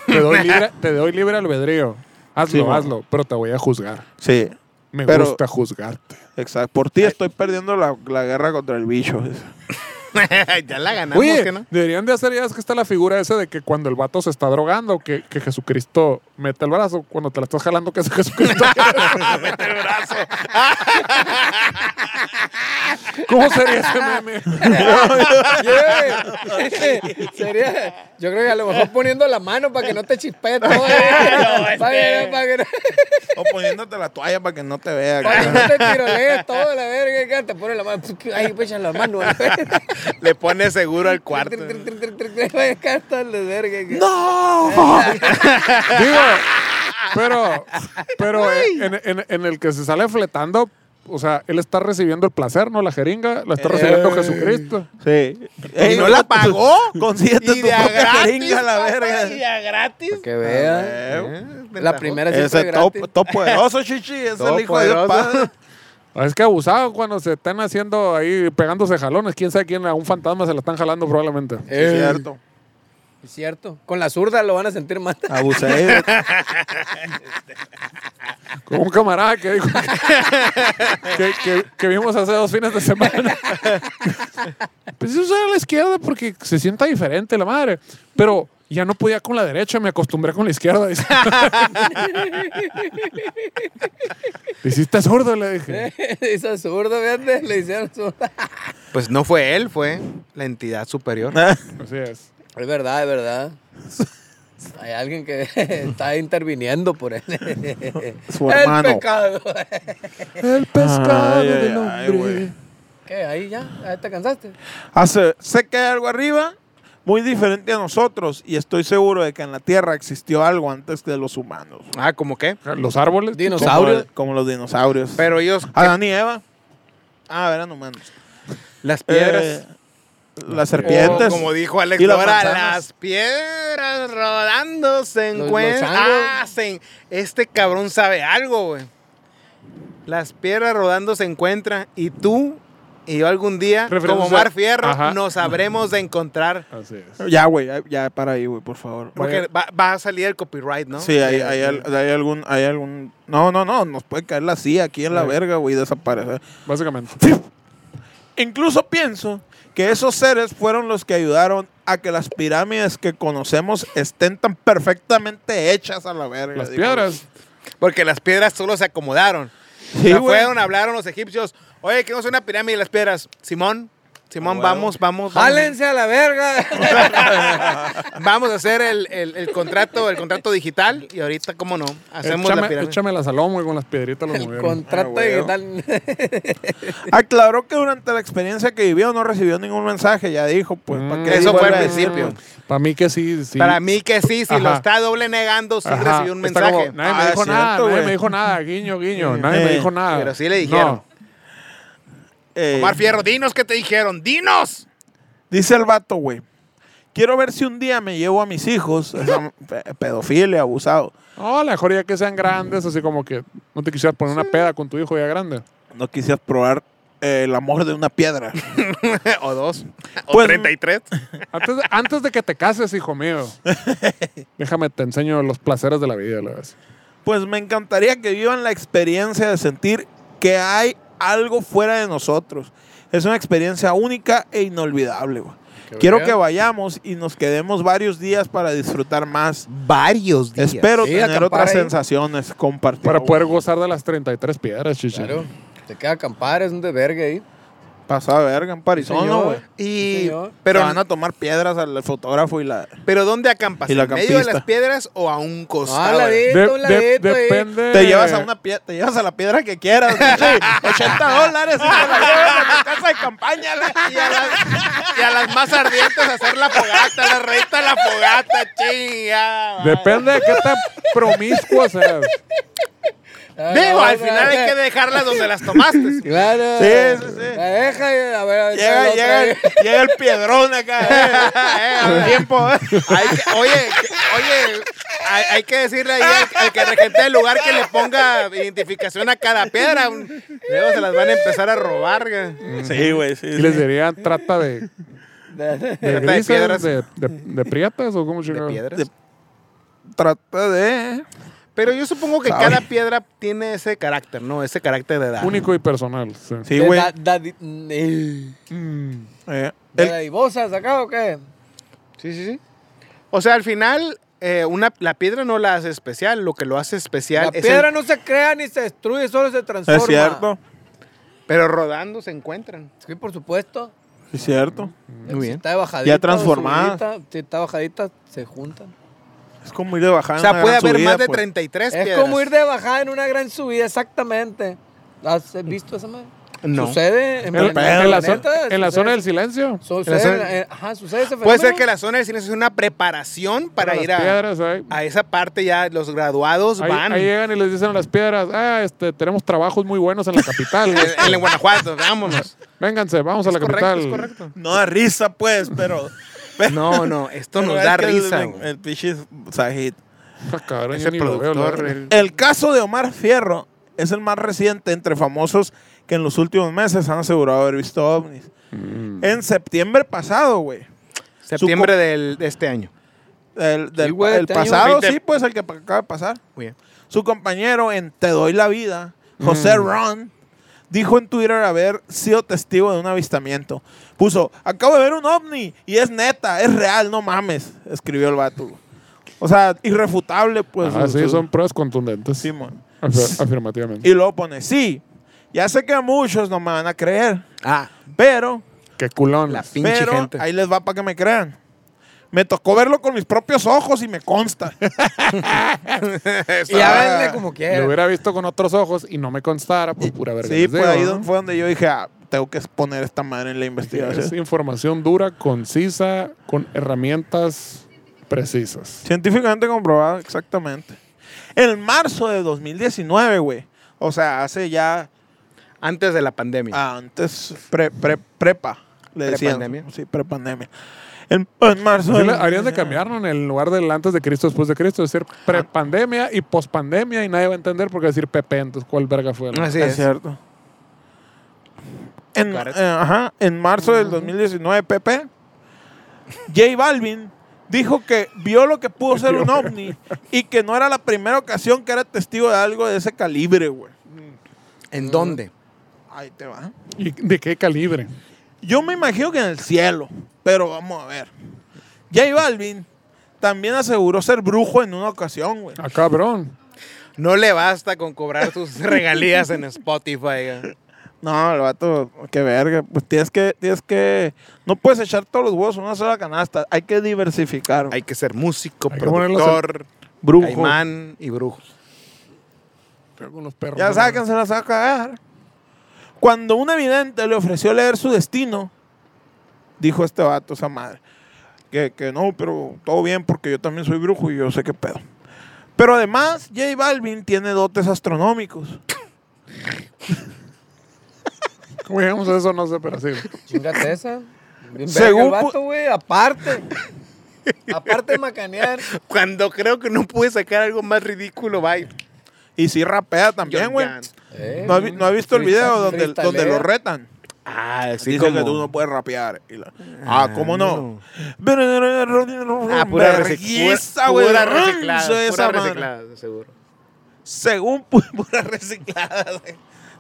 Speaker 1: Te doy libre, te doy libre albedrío. Hazlo,
Speaker 2: Sí, bueno.
Speaker 1: hazlo, pero te voy a juzgar.
Speaker 2: Sí.
Speaker 1: Me
Speaker 2: Pero-
Speaker 1: gusta juzgarte.
Speaker 2: Exacto. Por ti estoy perdiendo la, la guerra contra el bicho.
Speaker 3: ya la ganamos,
Speaker 1: Oye,
Speaker 3: ¿qué no?
Speaker 1: deberían de hacer ya es que está la figura esa de que cuando el vato se está drogando, que, que Jesucristo mete el brazo, cuando te la estás jalando, que es Jesucristo.
Speaker 3: Mete el brazo.
Speaker 1: ¿Cómo sería ese meme?
Speaker 4: Yeah. Sería, yo creo que a lo mejor poniendo la mano para que no te chispee todo. eh. para, que, no- para que no,
Speaker 2: O poniéndote la toalla para que no te vea.
Speaker 4: para que
Speaker 2: cara.
Speaker 4: no te tirolees todo, la verga. acá, Te pone la mano. Ahí pues echa la mano. la verga.
Speaker 3: Le pone seguro al cuarto.
Speaker 4: Tri, tri, tri, tri, tri, tri, acá está la verga, que-
Speaker 2: ¡No!
Speaker 1: Digo, pero, pero en, en- en el que se sale fletando, o sea, él está recibiendo el placer, ¿no? La jeringa, la está recibiendo Jesucristo.
Speaker 2: Sí.
Speaker 3: ¿Y no la pagó?
Speaker 2: Consíguete
Speaker 3: Y
Speaker 2: Este tu
Speaker 3: de a
Speaker 2: propia
Speaker 3: gratis,
Speaker 2: jeringa, la
Speaker 3: papá,
Speaker 2: verga.
Speaker 3: Y de a gratis.
Speaker 4: Que vea. La primera sí fue
Speaker 2: Ah, Ese top,
Speaker 4: gratis.
Speaker 2: top poderoso, chichi. Es
Speaker 3: Todo
Speaker 2: el hijo de Dios
Speaker 3: poderoso.
Speaker 2: padre.
Speaker 1: Es que abusado cuando se están haciendo ahí, pegándose jalones. Quién sabe quién, a un fantasma se la están jalando probablemente.
Speaker 4: Eh,
Speaker 2: Es cierto.
Speaker 4: Es cierto. Con la zurda lo van a sentir más.
Speaker 2: Ah. Abusé.
Speaker 1: Como un camarada que dijo que- que, que- que vimos hace dos fines de semana. Pues yo usaba la izquierda porque se sienta diferente la madre. Pero ya no podía con la derecha, me acostumbré con la izquierda. dice. Te hiciste zurdo, le dije.
Speaker 4: Esa zurda, fíjate, le hicieron zurda.
Speaker 3: Pues no fue él, fue la entidad superior.
Speaker 1: Así es.
Speaker 4: Es verdad, es verdad. Hay alguien que está interviniendo por él.
Speaker 2: Su
Speaker 4: El
Speaker 2: hermano.
Speaker 4: pecado.
Speaker 1: El pescado
Speaker 2: Ay, ay,
Speaker 1: del
Speaker 2: ay,
Speaker 1: hombre.
Speaker 2: güey.
Speaker 4: ¿Qué? Ahí ya, ahí te cansaste.
Speaker 2: Hace, sé que hay algo arriba muy diferente a nosotros y estoy seguro de que en la Tierra existió algo antes de los humanos.
Speaker 3: Ah, ¿cómo qué?
Speaker 1: Los árboles.
Speaker 4: Dinos.
Speaker 2: Como-
Speaker 4: ¿Dinosaurios?
Speaker 2: Como, los dinosaurios.
Speaker 3: Pero ellos,
Speaker 2: Adán y Eva. Ah, eran humanos.
Speaker 3: las piedras.
Speaker 2: Eh, las serpientes.
Speaker 3: O, como dijo Alex
Speaker 2: Y las
Speaker 3: Lora,
Speaker 2: manzanas.
Speaker 3: las piedras rodando se
Speaker 4: Los- los
Speaker 3: encuentran.
Speaker 4: changos.
Speaker 3: Ah, se- este cabrón sabe algo, güey. Las piedras rodando se encuentran y tú y yo algún día,
Speaker 1: Referencia-
Speaker 3: como Mar Fierro,
Speaker 1: Ajá.
Speaker 3: nos habremos de encontrar.
Speaker 1: Así es.
Speaker 2: Ya, güey, ya, ya para ahí, güey, por favor.
Speaker 3: Porque va, va a salir el copyright, ¿no? eh,
Speaker 2: Sí, hay, hay, al- hay algún, hay algún... No, no, no, nos puede caer la CIA aquí
Speaker 3: Eh.
Speaker 2: en la verga, güey, y desaparecer.
Speaker 1: Básicamente.
Speaker 2: Incluso pienso que esos seres fueron los que ayudaron a que las pirámides que conocemos estén tan perfectamente hechas a la verga.
Speaker 1: Las
Speaker 2: digo.
Speaker 1: piedras.
Speaker 3: Porque las piedras solo se acomodaron.
Speaker 2: Sí,
Speaker 3: O sea,
Speaker 2: güey.
Speaker 3: fueron, hablaron los egipcios. Oye, queremos una pirámide de las piedras. Simón, Simón,
Speaker 2: Ah, bueno.
Speaker 3: vamos, vamos. vamos.
Speaker 4: ¡Jálense a la verga!
Speaker 3: Vamos a hacer el, el- el contrato, el contrato digital y ahorita, cómo no, hacemos la
Speaker 1: Échame,
Speaker 3: pirámide.
Speaker 1: échame la salón, güey, con las piedritas los
Speaker 4: El
Speaker 1: movieron.
Speaker 4: contrato
Speaker 2: Ah,
Speaker 4: de
Speaker 2: huevo. Aclaró que durante la experiencia que vivió no recibió ningún mensaje, ya dijo, pues, ¿para qué
Speaker 3: Mm. Eso
Speaker 2: digo,
Speaker 3: fue al
Speaker 2: güey?
Speaker 3: principio.
Speaker 1: Para mí que sí. sí.
Speaker 3: Para mí que sí, si lo
Speaker 1: Ajá.
Speaker 3: está doble negando, sí
Speaker 1: Ajá,
Speaker 3: recibió un
Speaker 1: está
Speaker 3: mensaje.
Speaker 1: como, nadie
Speaker 2: Ah,
Speaker 1: me dijo
Speaker 2: es
Speaker 1: nada,
Speaker 2: cierto,
Speaker 1: nadie
Speaker 2: güey.
Speaker 1: me dijo nada, guiño, guiño, nadie me
Speaker 2: Eh,
Speaker 1: dijo nada.
Speaker 3: pero sí le dijeron.
Speaker 2: Eh,
Speaker 3: Omar Fierro, dinos qué te dijeron, dinos.
Speaker 2: Dice el vato, güey. Quiero ver si un día me llevo a mis hijos, esa pe- pedofilia, abusado.
Speaker 1: No, a lo mejor ya que sean grandes, así como que no te quisieras poner una peda con tu hijo ya grande.
Speaker 2: No quisieras probar eh, el amor de una piedra.
Speaker 3: o dos, o
Speaker 2: Pues-
Speaker 3: 33.
Speaker 1: Antes de, antes de que te cases, hijo mío. Déjame te enseño los placeres de la vida, la vez.
Speaker 2: Pues me encantaría que vivan la experiencia de sentir que hay algo fuera de nosotros. Es una experiencia única e inolvidable, güey. Quiero que vayamos y nos quedemos varios días para disfrutar más.
Speaker 3: Varios
Speaker 2: Espero
Speaker 4: Sí,
Speaker 2: tener
Speaker 4: acampar
Speaker 2: otras
Speaker 4: ahí.
Speaker 2: sensaciones compartir.
Speaker 1: Para
Speaker 2: güey.
Speaker 1: poder gozar de las 33 piedras, chichi.
Speaker 4: Claro. Te queda acampar, es un desvergue ahí.
Speaker 2: Pasó a verga en Parizón,
Speaker 4: señor.
Speaker 2: güey.
Speaker 4: Sí,
Speaker 3: Y,
Speaker 4: señor.
Speaker 2: Pero
Speaker 3: pero,
Speaker 2: van a tomar piedras al fotógrafo y la...
Speaker 3: pero ¿dónde acampas?
Speaker 2: Y
Speaker 3: ¿En
Speaker 2: la
Speaker 3: medio de
Speaker 2: campista.
Speaker 3: las piedras o Pues, a un
Speaker 4: Ah,
Speaker 3: costado?
Speaker 4: ladito,
Speaker 1: De-
Speaker 4: un
Speaker 1: de-
Speaker 4: ladito ahí.
Speaker 1: depende.
Speaker 2: Te llevas a una piedra, te llevas a la piedra que quieras. pinche, 80 dólares y te la llevas a tu casa de campaña. la-
Speaker 3: y, a las, y a las más ardientes hacer la fogata, la reita de la fogata, chinga.
Speaker 1: Depende de qué tan promiscuo seas.
Speaker 4: Ah,
Speaker 3: Digo,
Speaker 4: no,
Speaker 3: al
Speaker 4: no,
Speaker 3: final
Speaker 4: no.
Speaker 3: hay que dejarlas donde las tomaste.
Speaker 4: Claro.
Speaker 2: Sí, sí, sí.
Speaker 4: La deja y a ver, ahí está
Speaker 2: Llega,
Speaker 4: la otra
Speaker 2: llega,
Speaker 4: ahí.
Speaker 2: el- llega el piedrón acá. eh, eh, al tiempo. eh.
Speaker 3: Hay que- oye, que- oye, hay, hay que decirle ahí al, al que regente el lugar que le ponga identificación a cada piedra. un- Luego se las van a empezar a robar. güey.
Speaker 2: Sí, güey, sí.
Speaker 1: Y les dirían, trata de, de
Speaker 3: de
Speaker 1: grises,
Speaker 3: piedras.
Speaker 1: de, de, de prietas o cómo
Speaker 3: De
Speaker 1: chingados?
Speaker 3: piedras.
Speaker 2: De- Trata de...
Speaker 3: Pero yo supongo que
Speaker 2: Sabe.
Speaker 3: cada piedra tiene ese carácter, ¿no? Ese carácter de edad.
Speaker 1: Único y personal. sí.
Speaker 2: Sí,
Speaker 4: De
Speaker 2: güey.
Speaker 4: da- da- di- eh,
Speaker 2: eh,
Speaker 4: ¿De
Speaker 2: el-
Speaker 4: la divosa sacado o qué?
Speaker 3: Sí, sí, sí. O sea, al final, eh, una, la piedra no la hace especial. Lo que lo hace especial
Speaker 4: La
Speaker 3: es. el-
Speaker 4: piedra no se crea ni se destruye, solo se transforma.
Speaker 2: Es cierto,
Speaker 3: Pero rodando se encuentran.
Speaker 4: Sí, por supuesto.
Speaker 2: es cierto.
Speaker 3: Muy
Speaker 4: Si
Speaker 3: bien.
Speaker 4: está de bajadita.
Speaker 2: Ya transformada.
Speaker 4: o subidita, Si está bajadita, se juntan.
Speaker 2: Es como ir de bajada. Ah,
Speaker 3: O
Speaker 2: en
Speaker 3: sea,
Speaker 2: una
Speaker 3: puede
Speaker 2: gran
Speaker 3: haber
Speaker 2: subida,
Speaker 3: más de
Speaker 2: pues.
Speaker 3: 33
Speaker 4: Es
Speaker 3: piedras.
Speaker 4: como ir de bajada en una gran subida, exactamente. ¿Has visto esa madre?
Speaker 3: No.
Speaker 4: Sucede en,
Speaker 1: En, en la,
Speaker 4: el
Speaker 1: zona-
Speaker 4: planeta,
Speaker 1: en la
Speaker 4: sucede-
Speaker 1: zona del silencio.
Speaker 4: Sucede,
Speaker 3: En la zona-
Speaker 4: eh, ajá, sucede ese
Speaker 3: Puede
Speaker 4: fenómeno.
Speaker 3: ser que la zona del cine es una preparación para
Speaker 1: Las
Speaker 3: ir a,
Speaker 1: piedras, ahí.
Speaker 3: a esa parte ya. Los graduados
Speaker 1: Ahí,
Speaker 3: van.
Speaker 1: ahí llegan y les dicen a las piedras, ah, este, tenemos trabajos muy buenos en la capital. este,
Speaker 3: en, en Guanajuato, vámonos.
Speaker 1: Vénganse, vamos a la
Speaker 3: Correcto,
Speaker 1: capital.
Speaker 3: es correcto.
Speaker 2: No da risa, pues, pero.
Speaker 3: No, no, esto nos
Speaker 2: pero
Speaker 3: da
Speaker 2: es que el-
Speaker 3: risa.
Speaker 2: El,
Speaker 3: güey.
Speaker 2: pinche Sajid.
Speaker 1: Ah, cabrón, yo
Speaker 3: Ese
Speaker 1: ni lo veo, la
Speaker 3: productor,
Speaker 1: verdad.
Speaker 3: el-
Speaker 2: El caso de Omar Fierro es el más reciente entre famosos que en los últimos meses han asegurado haber visto ovnis. En septiembre pasado, güey.
Speaker 3: septiembre del- de este año.
Speaker 2: El, del-
Speaker 4: Sí, güey,
Speaker 2: el
Speaker 4: este año
Speaker 2: pasado,
Speaker 3: veinte.
Speaker 2: sí, pues el que pa- acaba de pasar.
Speaker 3: Muy bien.
Speaker 2: Su compañero en Te Doy la Vida, José
Speaker 1: Mm.
Speaker 2: Ron, dijo en Twitter haber sido testigo de un avistamiento. Puso, acabo de ver un ovni y es neta, es real, no mames, escribió el vato. O sea, irrefutable, pues.
Speaker 1: Ah, sí,
Speaker 2: su-
Speaker 1: son pruebas contundentes.
Speaker 2: Sí, mon.
Speaker 1: Afir- afirmativamente.
Speaker 2: Y luego pone, sí, ya sé que a muchos no me van a creer,
Speaker 3: Ah,
Speaker 2: pero,
Speaker 1: Qué culón.
Speaker 3: la pinche
Speaker 2: pero
Speaker 3: gente.
Speaker 2: ahí les va para que me crean. Me tocó verlo con mis propios ojos y me consta.
Speaker 4: Y háganle como
Speaker 1: Lo
Speaker 4: quieran.
Speaker 1: hubiera visto con otros ojos y no me constara, pues pura verga.
Speaker 2: Sí,
Speaker 1: les
Speaker 2: pues
Speaker 1: digo,
Speaker 2: ahí
Speaker 1: ¿no?
Speaker 2: don- fue donde yo dije, ah, tengo que exponer esta madre en la
Speaker 1: Es
Speaker 2: investigación.
Speaker 1: información dura, concisa, con herramientas precisas.
Speaker 2: Científicamente comprobado, exactamente. En marzo de 2019, güey. O sea, hace ya
Speaker 3: Antes de la pandemia.
Speaker 2: Ah, antes pre, pre- prepa, le decían.
Speaker 3: Prepandemia.
Speaker 2: Sí, prepandemia. En, en marzo.
Speaker 1: Sí, Ah.
Speaker 2: del-
Speaker 1: la- habrían de cambiarlo en el lugar del antes de Cristo, después de Cristo, decir prepandemia y pospandemia y nadie va a entender porque va a decir Pepe, entonces cuál verga fue. el-
Speaker 3: Así
Speaker 2: es,
Speaker 3: es.
Speaker 2: cierto. En,
Speaker 3: Correcto.
Speaker 2: eh, ajá, en marzo del 2019, Pepe, J Balvin dijo que vio lo que pudo ser un ovni y que no era la primera ocasión que era testigo de algo de ese calibre, güey.
Speaker 3: ¿En dónde?
Speaker 2: Ahí te va.
Speaker 1: ¿Y de qué calibre?
Speaker 2: Yo me imagino que en el cielo, pero vamos a ver. J Balvin también aseguró ser brujo en una ocasión, güey.
Speaker 1: Ah, cabrón.
Speaker 3: No le basta con cobrar sus regalías en Spotify. ¿eh? güey.
Speaker 2: No, el vato, qué verga. Pues tienes que, tienes que. No puedes echar todos los huevos en una sola canasta. Hay que diversificar. güey.
Speaker 3: Hay que ser músico,
Speaker 1: Hay que ponerlos
Speaker 3: productor,
Speaker 2: Brujo.
Speaker 3: caimán y brujo.
Speaker 1: Pero con los perros.
Speaker 2: Ya
Speaker 1: ¿no?
Speaker 2: saben que se las va a cagar. Cuando un evidente le ofreció leer su destino, dijo este vato, esa madre, que, que no, pero todo bien porque yo también soy brujo y yo sé qué pedo. Pero además, J Balvin tiene dotes astronómicos.
Speaker 1: ¿Cómo llegamos a eso? No sé, pero sí.
Speaker 4: Chingate esa. Bien
Speaker 2: Según
Speaker 4: verga
Speaker 2: pu-
Speaker 4: el vato, güey. Aparte. Aparte de macanear.
Speaker 3: Cuando creo que no pude sacar algo más ridículo, bye.
Speaker 2: Y sí rapea también,
Speaker 3: John
Speaker 2: güey.
Speaker 3: Gant.
Speaker 4: Eh,
Speaker 2: ¿No, has vi- no has visto el video donde,
Speaker 4: freestyle-
Speaker 2: donde lo retan?
Speaker 3: Ah, sí,
Speaker 2: Dice
Speaker 3: como-
Speaker 2: que tú no puedes rapear. Y la- ah, ¿cómo no?
Speaker 3: Ah, pura
Speaker 2: Vergüenza,
Speaker 3: reciclada.
Speaker 2: güey,
Speaker 3: Pura
Speaker 2: rancho
Speaker 3: reciclada,
Speaker 2: esa
Speaker 3: pura
Speaker 2: madre.
Speaker 3: reciclada, de seguro.
Speaker 2: Según pu- pura reciclada. güey.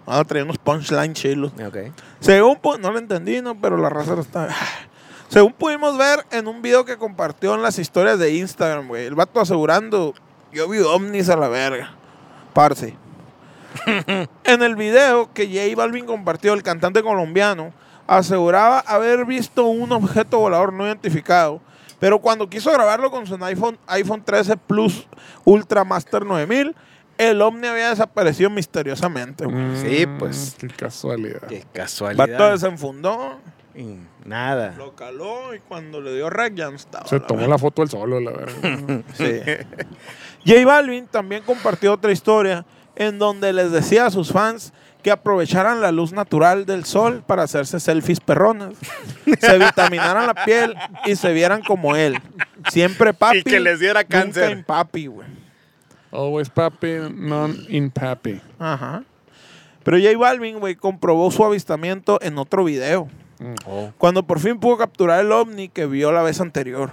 Speaker 2: Vamos a traer unos punchline chilos.
Speaker 3: Ok.
Speaker 2: Según pu- no lo entendí, no, pero la raza lo está. Según pudimos ver en un video que compartió en las historias de Instagram, güey. El vato asegurando, yo vi ovnis a la verga. Parce. en el video que J Balvin compartió, el cantante colombiano aseguraba haber visto un objeto volador no identificado. Pero cuando quiso grabarlo con su iPhone, iPhone 13 Plus Ultra Master 9000, el ovni había desaparecido misteriosamente. güey.
Speaker 3: Sí,
Speaker 1: Mm,
Speaker 3: pues.
Speaker 1: Qué casualidad.
Speaker 3: Qué
Speaker 2: El vato
Speaker 3: casualidad.
Speaker 2: desenfundó.
Speaker 3: Y Nada.
Speaker 2: Lo caló y cuando le dio rec ya no estaba.
Speaker 1: Se
Speaker 2: la
Speaker 1: tomó
Speaker 2: verdad.
Speaker 1: la foto el solo, la verdad.
Speaker 2: Sí. J Balvin también compartió otra historia en donde les decía a sus fans que aprovecharan la luz natural del sol para hacerse selfies perronas, se vitaminaran la piel y se vieran como él. Siempre papi.
Speaker 3: Y que les diera
Speaker 2: nunca
Speaker 3: cáncer.
Speaker 2: en papi, güey.
Speaker 1: Always papi, non in papi.
Speaker 2: Ajá. Pero J Balvin, güey, comprobó su avistamiento en otro video. Cuando por fin pudo capturar el ovni que vio la vez anterior.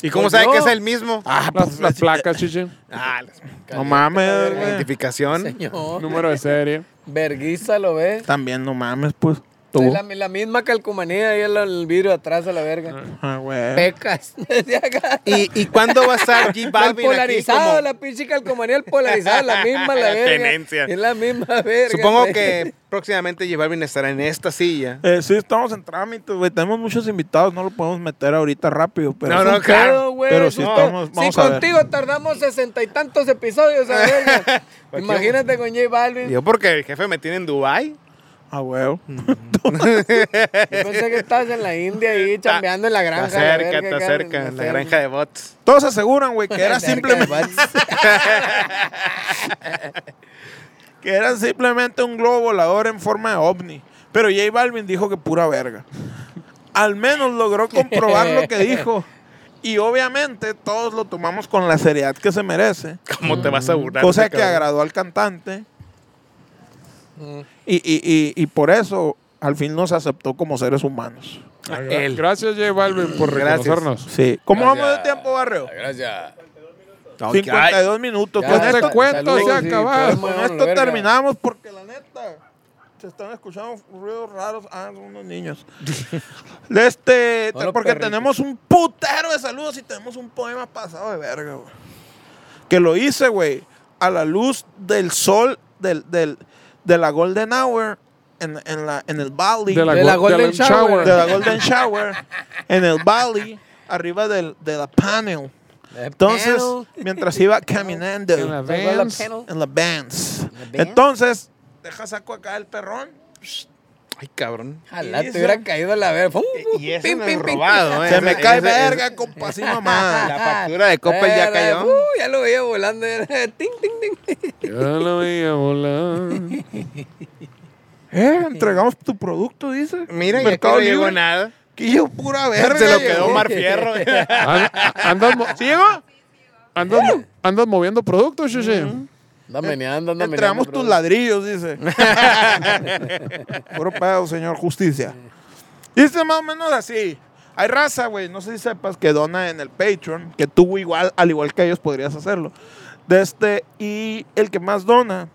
Speaker 3: ¿Y cómo
Speaker 4: Pues
Speaker 3: sabe
Speaker 4: no.
Speaker 3: que es el mismo?
Speaker 2: Ah,
Speaker 1: Las, las placas, chichi.
Speaker 3: Ah, la
Speaker 2: No mames,
Speaker 3: la
Speaker 2: güey.
Speaker 3: identificación.
Speaker 4: Señor.
Speaker 1: Número de serie.
Speaker 4: Verguiza, lo ves.
Speaker 2: También no mames, pues. Tú.
Speaker 4: Sí, La, la misma calcomanía ahí el, el vidrio atrás a la verga.
Speaker 2: Ah, güey.
Speaker 4: Pecas. desde acá.
Speaker 3: ¿Y, ¿Y cuándo va a estar J
Speaker 4: El
Speaker 3: Balvin aquí?
Speaker 4: polarizado,
Speaker 3: como-
Speaker 4: la pinche calcomanía, el polarizado, la misma, la
Speaker 3: La
Speaker 4: verga.
Speaker 3: tenencia.
Speaker 4: Es la misma verga.
Speaker 3: Supongo
Speaker 4: güey.
Speaker 3: que próximamente J Balvin estará en esta silla.
Speaker 2: Eh, sí, estamos en trámite, güey. Tenemos muchos invitados, no lo podemos meter ahorita rápido. Pero
Speaker 3: No,
Speaker 2: es
Speaker 3: no,
Speaker 2: un
Speaker 4: Qué
Speaker 3: claro.
Speaker 4: pedo, güey.
Speaker 2: Pero si
Speaker 4: No.
Speaker 2: estamos- vamos
Speaker 4: Si
Speaker 2: a ver.
Speaker 4: contigo tardamos sesenta y tantos episodios, a la verga. Imagínate con J Balvin.
Speaker 3: Yo porque el jefe me tiene en Dubai.
Speaker 2: A huevo.
Speaker 4: Mm. Yo pensé que estabas en la India ahí, chambeando en la granja.
Speaker 3: Está cerca,
Speaker 4: verga,
Speaker 3: está
Speaker 4: acá,
Speaker 3: cerca,
Speaker 4: no
Speaker 3: en la
Speaker 4: sé.
Speaker 3: granja de bots.
Speaker 2: Todos aseguran, güey, que era
Speaker 4: Cerca de
Speaker 2: simplemente...
Speaker 4: Bats.
Speaker 2: que eran simplemente un globo volador en forma de ovni. Pero J Balvin dijo que pura verga. Al menos logró comprobar lo que dijo. Y obviamente todos lo tomamos con la seriedad que se merece.
Speaker 3: ¿Cómo te vas a burlar?
Speaker 2: Cosa
Speaker 3: ese
Speaker 2: que
Speaker 3: cabrón?
Speaker 2: agradó al cantante.
Speaker 4: Mm.
Speaker 2: Y, y- y- y por eso al fin nos aceptó como seres humanos.
Speaker 1: Ah, gra-
Speaker 3: él.
Speaker 1: Gracias, J Balvin, por
Speaker 3: Gracias.
Speaker 1: reconocernos.
Speaker 2: Sí. ¿Cómo vamos de
Speaker 4: Gracias.
Speaker 2: tiempo, Barrio?
Speaker 4: Gracias.
Speaker 3: No, que- ay,
Speaker 2: 52 minutos.
Speaker 4: Ya,
Speaker 2: Con
Speaker 1: este
Speaker 2: esto,
Speaker 4: sa-
Speaker 1: cuento
Speaker 4: saludos,
Speaker 1: se ha
Speaker 4: sí,
Speaker 1: acabado.
Speaker 4: podemos
Speaker 2: con
Speaker 4: llevarnos
Speaker 2: esto
Speaker 4: la verga.
Speaker 2: terminamos porque la neta se están escuchando ruidos raros. Ah, son unos niños. De este,
Speaker 4: Son los
Speaker 2: porque
Speaker 4: perritos.
Speaker 2: tenemos un putero de saludos y tenemos un poema pasado de verga, güey. Que lo hice, güey, a la luz del sol del, del- de la Golden Hour en, en la, en el Valley.
Speaker 1: De la,
Speaker 4: De la
Speaker 1: go- de
Speaker 4: Golden
Speaker 1: la
Speaker 4: Shower.
Speaker 2: de la Golden Shower en el Valley, arriba del, de la panel.
Speaker 4: Eh,
Speaker 2: Entonces, mientras iba caminando
Speaker 1: En la
Speaker 4: Tengo la
Speaker 1: Vans.
Speaker 4: panel.
Speaker 2: en la Vans.
Speaker 4: Vans.
Speaker 2: Entonces, deja saco acá el perrón.
Speaker 3: ay, cabrón.
Speaker 4: Ojalá
Speaker 2: Y
Speaker 4: te
Speaker 2: ese-
Speaker 4: hubiera caído la verga.
Speaker 3: Y eso
Speaker 4: Pim,
Speaker 3: no
Speaker 4: pim,
Speaker 3: es
Speaker 4: pim.
Speaker 3: robado, ¿eh?
Speaker 2: Se
Speaker 3: Ese-
Speaker 2: me cae
Speaker 3: ese-
Speaker 2: verga,
Speaker 3: ese-
Speaker 2: compa, así mamá.
Speaker 3: La factura de Coppel ya
Speaker 4: Verga,
Speaker 3: cayó.
Speaker 4: uh, ya lo veía volando. era ting, ting, ting.
Speaker 1: Ya lo veía volar.
Speaker 2: Eh, entregamos tu producto, dice.
Speaker 3: Mira, y aquí
Speaker 2: Mercado
Speaker 3: no llegó
Speaker 2: Libre.
Speaker 3: nada.
Speaker 2: Que yo pura verga.
Speaker 3: Se lo
Speaker 2: llegó.
Speaker 3: quedó Mar Fierro.
Speaker 1: An- a- andas, mo-
Speaker 2: ¿Sí llegó?
Speaker 1: andas mo- andas moviendo productos, Chuchi.
Speaker 3: Eh,
Speaker 4: Anda meneando, anda meneando.
Speaker 2: Entregamos tus ladrillos, dice. Puro pedo, señor justicia. Dice más o menos así. Hay raza, güey, no sé si sepas que dona en el Patreon, que tú igual, al igual que ellos podrías hacerlo. De este, y el que más dona...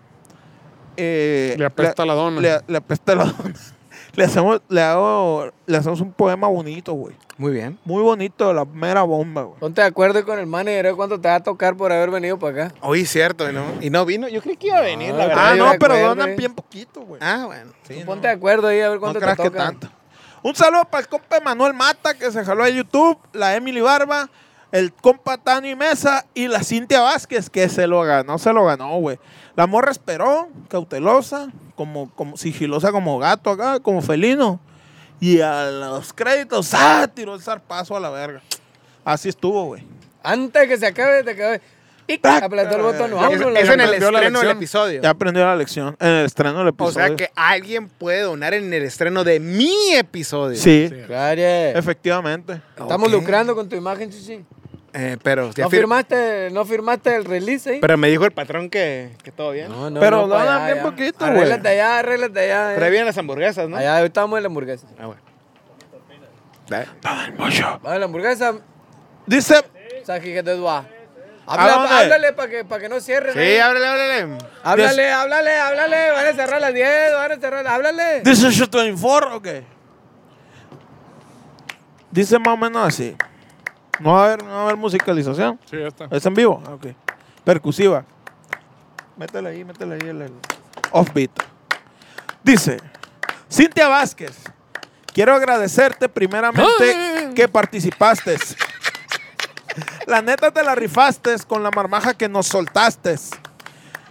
Speaker 2: eh,
Speaker 1: Le apesta la dona.
Speaker 2: Le, le apesta la dona. Le hacemos, le, hago, le hacemos un poema bonito, güey.
Speaker 3: Muy bien.
Speaker 2: Muy bonito, la mera bomba, güey.
Speaker 4: Ponte de acuerdo con el manager ¿eh? cuánto te va a tocar por haber venido para acá.
Speaker 3: Hoy cierto, ¿no? Y no vino. Yo creí que iba a venir, la
Speaker 4: Ah,
Speaker 3: verdad.
Speaker 2: Ah,
Speaker 4: yo
Speaker 2: no,
Speaker 4: me
Speaker 2: pero
Speaker 4: acuerdo,
Speaker 2: donan
Speaker 4: eh.
Speaker 2: bien poquito, güey.
Speaker 3: Ah, bueno.
Speaker 2: Sí, no.
Speaker 4: Ponte de acuerdo ahí a ver cuánto
Speaker 2: no creas
Speaker 4: te
Speaker 2: que
Speaker 4: toca.
Speaker 2: tanto. Un saludo para el compa Manuel Mata, que se jaló de YouTube, la Emily Barba, el compa Tani Mesa y la Cintia Vázquez, que se lo ganó, se lo ganó, güey. La morra esperó, cautelosa, como, como sigilosa como gato acá, como felino. Y a los créditos, ¡ah! Tiró el zarpazo a la verga. Así estuvo, güey.
Speaker 4: Antes de que se acabe, te acabe. Tic,
Speaker 2: Tac,
Speaker 4: apretó el
Speaker 2: la
Speaker 4: botón.
Speaker 2: verga.
Speaker 4: Vámonos.
Speaker 3: Eso
Speaker 4: la
Speaker 3: eso en el
Speaker 1: Aprendió la
Speaker 3: estreno del
Speaker 1: lección.
Speaker 3: episodio.
Speaker 2: Ya aprendió la lección en el estreno del
Speaker 3: O
Speaker 2: episodio.
Speaker 3: sea que alguien puede donar en el estreno de mi episodio.
Speaker 2: Sí,
Speaker 4: Claro.
Speaker 2: efectivamente.
Speaker 4: Estamos
Speaker 3: Ok.
Speaker 4: lucrando con tu imagen, Chichi.
Speaker 3: Eh, pero, ya
Speaker 4: ¿No
Speaker 3: fir-
Speaker 4: firmaste, ¿No firmaste el release ¿eh? ahí?
Speaker 3: pero me dijo el patrón que, que todo bien.
Speaker 4: No, no,
Speaker 2: Pero
Speaker 4: no, pa'
Speaker 2: donan
Speaker 4: allá,
Speaker 2: bien
Speaker 4: ya.
Speaker 2: poquito, güey.
Speaker 4: Arréglate allá, arréglate allá. eh.
Speaker 3: Pero ahí vienen las hamburguesas, ¿no?
Speaker 4: Allá, hoy estamos en la hamburguesa.
Speaker 3: Ah, bueno.
Speaker 4: Vamos a la hamburguesa,
Speaker 2: Dice,
Speaker 4: Saji, que te doy. Habla,
Speaker 2: dónde?
Speaker 4: háblale para que, pa' que no cierren.
Speaker 3: Sí,
Speaker 4: eh.
Speaker 3: ábrele, ábrele.
Speaker 4: Háblale, háblale, háblale. Van a cerrar las 10, van a cerrar. Háblale.
Speaker 2: Dice 24, ok. Dice más o menos así. No va a haber, no va a haber musicalización.
Speaker 1: Sí, ya está.
Speaker 2: ¿Es en vivo? Ah, Ok. Percusiva. Métele ahí, métele ahí el, el offbeat. Dice, Cintia Vázquez, quiero agradecerte primeramente que participaste. La neta te la rifaste con la marmaja que nos soltaste.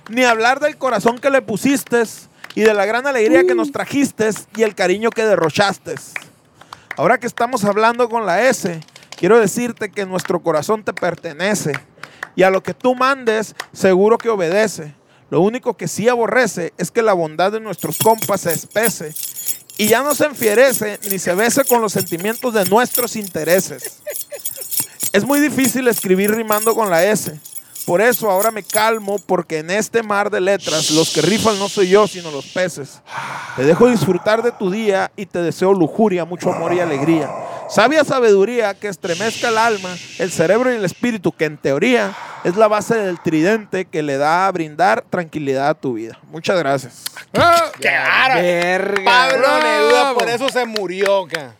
Speaker 2: Ni hablar del corazón que le pusiste y de la gran alegría que nos trajiste y el cariño que derrochaste. Ahora que estamos hablando con la S, quiero decirte que nuestro corazón te pertenece y a lo que tú mandes seguro que obedece. Lo único que sí aborrece es que la bondad de nuestros compas se espese y ya no se enfierece ni se besa con los sentimientos de nuestros intereses. Es muy difícil escribir rimando con la S. Por eso ahora me calmo porque en este mar de letras los que rifan no soy yo sino los peces. Te dejo disfrutar de tu día y te deseo lujuria, mucho amor y alegría. Sabia sabiduría que estremezca el alma, el cerebro y el espíritu, que en teoría es la base del tridente que le da a brindar tranquilidad a tu vida. Muchas gracias.
Speaker 1: Ah,
Speaker 3: ¡Qué bárbaro!
Speaker 4: Verga.
Speaker 3: Pablo Neruda
Speaker 1: bravo.
Speaker 3: por eso se murió, ca.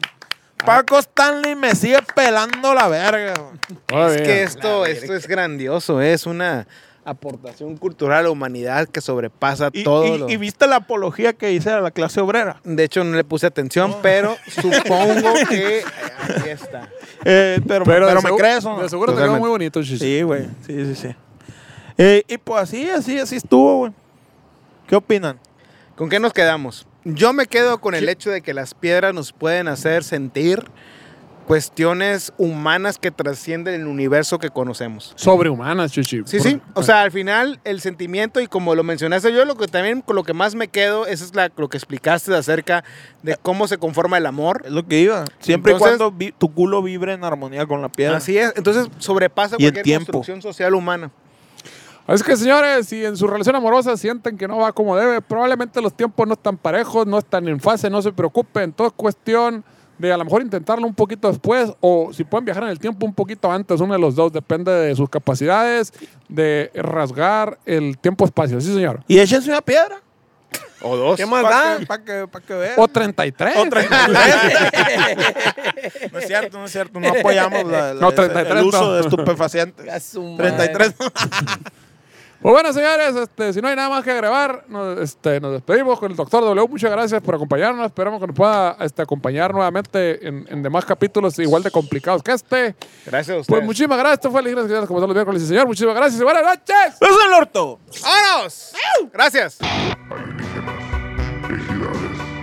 Speaker 2: Paco Stanley me sigue pelando la verga. güey.
Speaker 1: muy
Speaker 3: Es
Speaker 1: bien.
Speaker 3: que esto, esto es grandioso, ¿eh? es una aportación cultural a la humanidad que sobrepasa
Speaker 2: Y,
Speaker 3: todo
Speaker 2: y-
Speaker 3: lo-
Speaker 2: y viste la apología que hice a la clase obrera.
Speaker 3: De hecho, no le puse atención, pero supongo que aquí está.
Speaker 2: Eh, pero,
Speaker 1: Pero,
Speaker 2: pero,
Speaker 1: de
Speaker 2: me
Speaker 1: segu-
Speaker 2: crees. ¿o no?
Speaker 1: De seguro te quedó
Speaker 3: Totalmente.
Speaker 1: muy bonito, Chuchi.
Speaker 2: Sí, güey. Sí, sí, sí. Eh, y pues así, así, así estuvo, güey. ¿Qué opinan?
Speaker 3: ¿Con qué nos quedamos? Yo me quedo con el hecho de que las piedras nos pueden hacer sentir cuestiones humanas que trascienden el universo que conocemos.
Speaker 1: Sobrehumanas, chichi.
Speaker 3: Sí,
Speaker 1: Por-
Speaker 3: sí. O sea, al final el sentimiento y como lo mencionaste yo, lo que también con lo que más me quedo eso es la, lo que explicaste acerca de cómo se conforma el amor.
Speaker 2: Es lo que iba. Siempre
Speaker 3: Entonces-
Speaker 2: y cuando vi- tu culo vibre en armonía con la piedra.
Speaker 3: Así es. Entonces sobrepasa
Speaker 2: Y el
Speaker 3: cualquier
Speaker 2: tiempo.
Speaker 3: construcción social humana.
Speaker 1: Así que señores, si en su relación amorosa sienten que no va como debe, probablemente los tiempos no están parejos, no están en fase, no se preocupen, todo es cuestión de a lo mejor intentarlo un poquito después o si pueden viajar en el tiempo un poquito antes, uno de los dos, depende de sus capacidades, de rasgar el tiempo-espacio, sí señor.
Speaker 2: Y échense una piedra.
Speaker 3: O dos.
Speaker 4: ¿Qué más
Speaker 2: Para
Speaker 4: da?
Speaker 2: que, pa' que, pa' que vean.
Speaker 1: O 33.
Speaker 2: O 33. no es cierto, no es cierto. No apoyamos la- la-
Speaker 1: No, 33
Speaker 2: el uso
Speaker 1: no.
Speaker 2: de estupefacientes.
Speaker 4: A su madre.
Speaker 2: 33.
Speaker 1: Pues bueno, señores, este, si no hay nada más que agregar, nos, este, nos despedimos con el doctor W. Muchas gracias por acompañarnos. Esperamos que nos pueda este, acompañar nuevamente en, en demás capítulos igual de complicados que este.
Speaker 3: Gracias a ustedes.
Speaker 1: Pues muchísimas gracias. Esto fue el Iglesia como todos los miércoles. Sí, señor, muchísimas gracias y buenas noches.
Speaker 2: ¡Eso es el orto!
Speaker 3: ¡Vámonos! Gracias.
Speaker 5: Hay líneas, ejidales.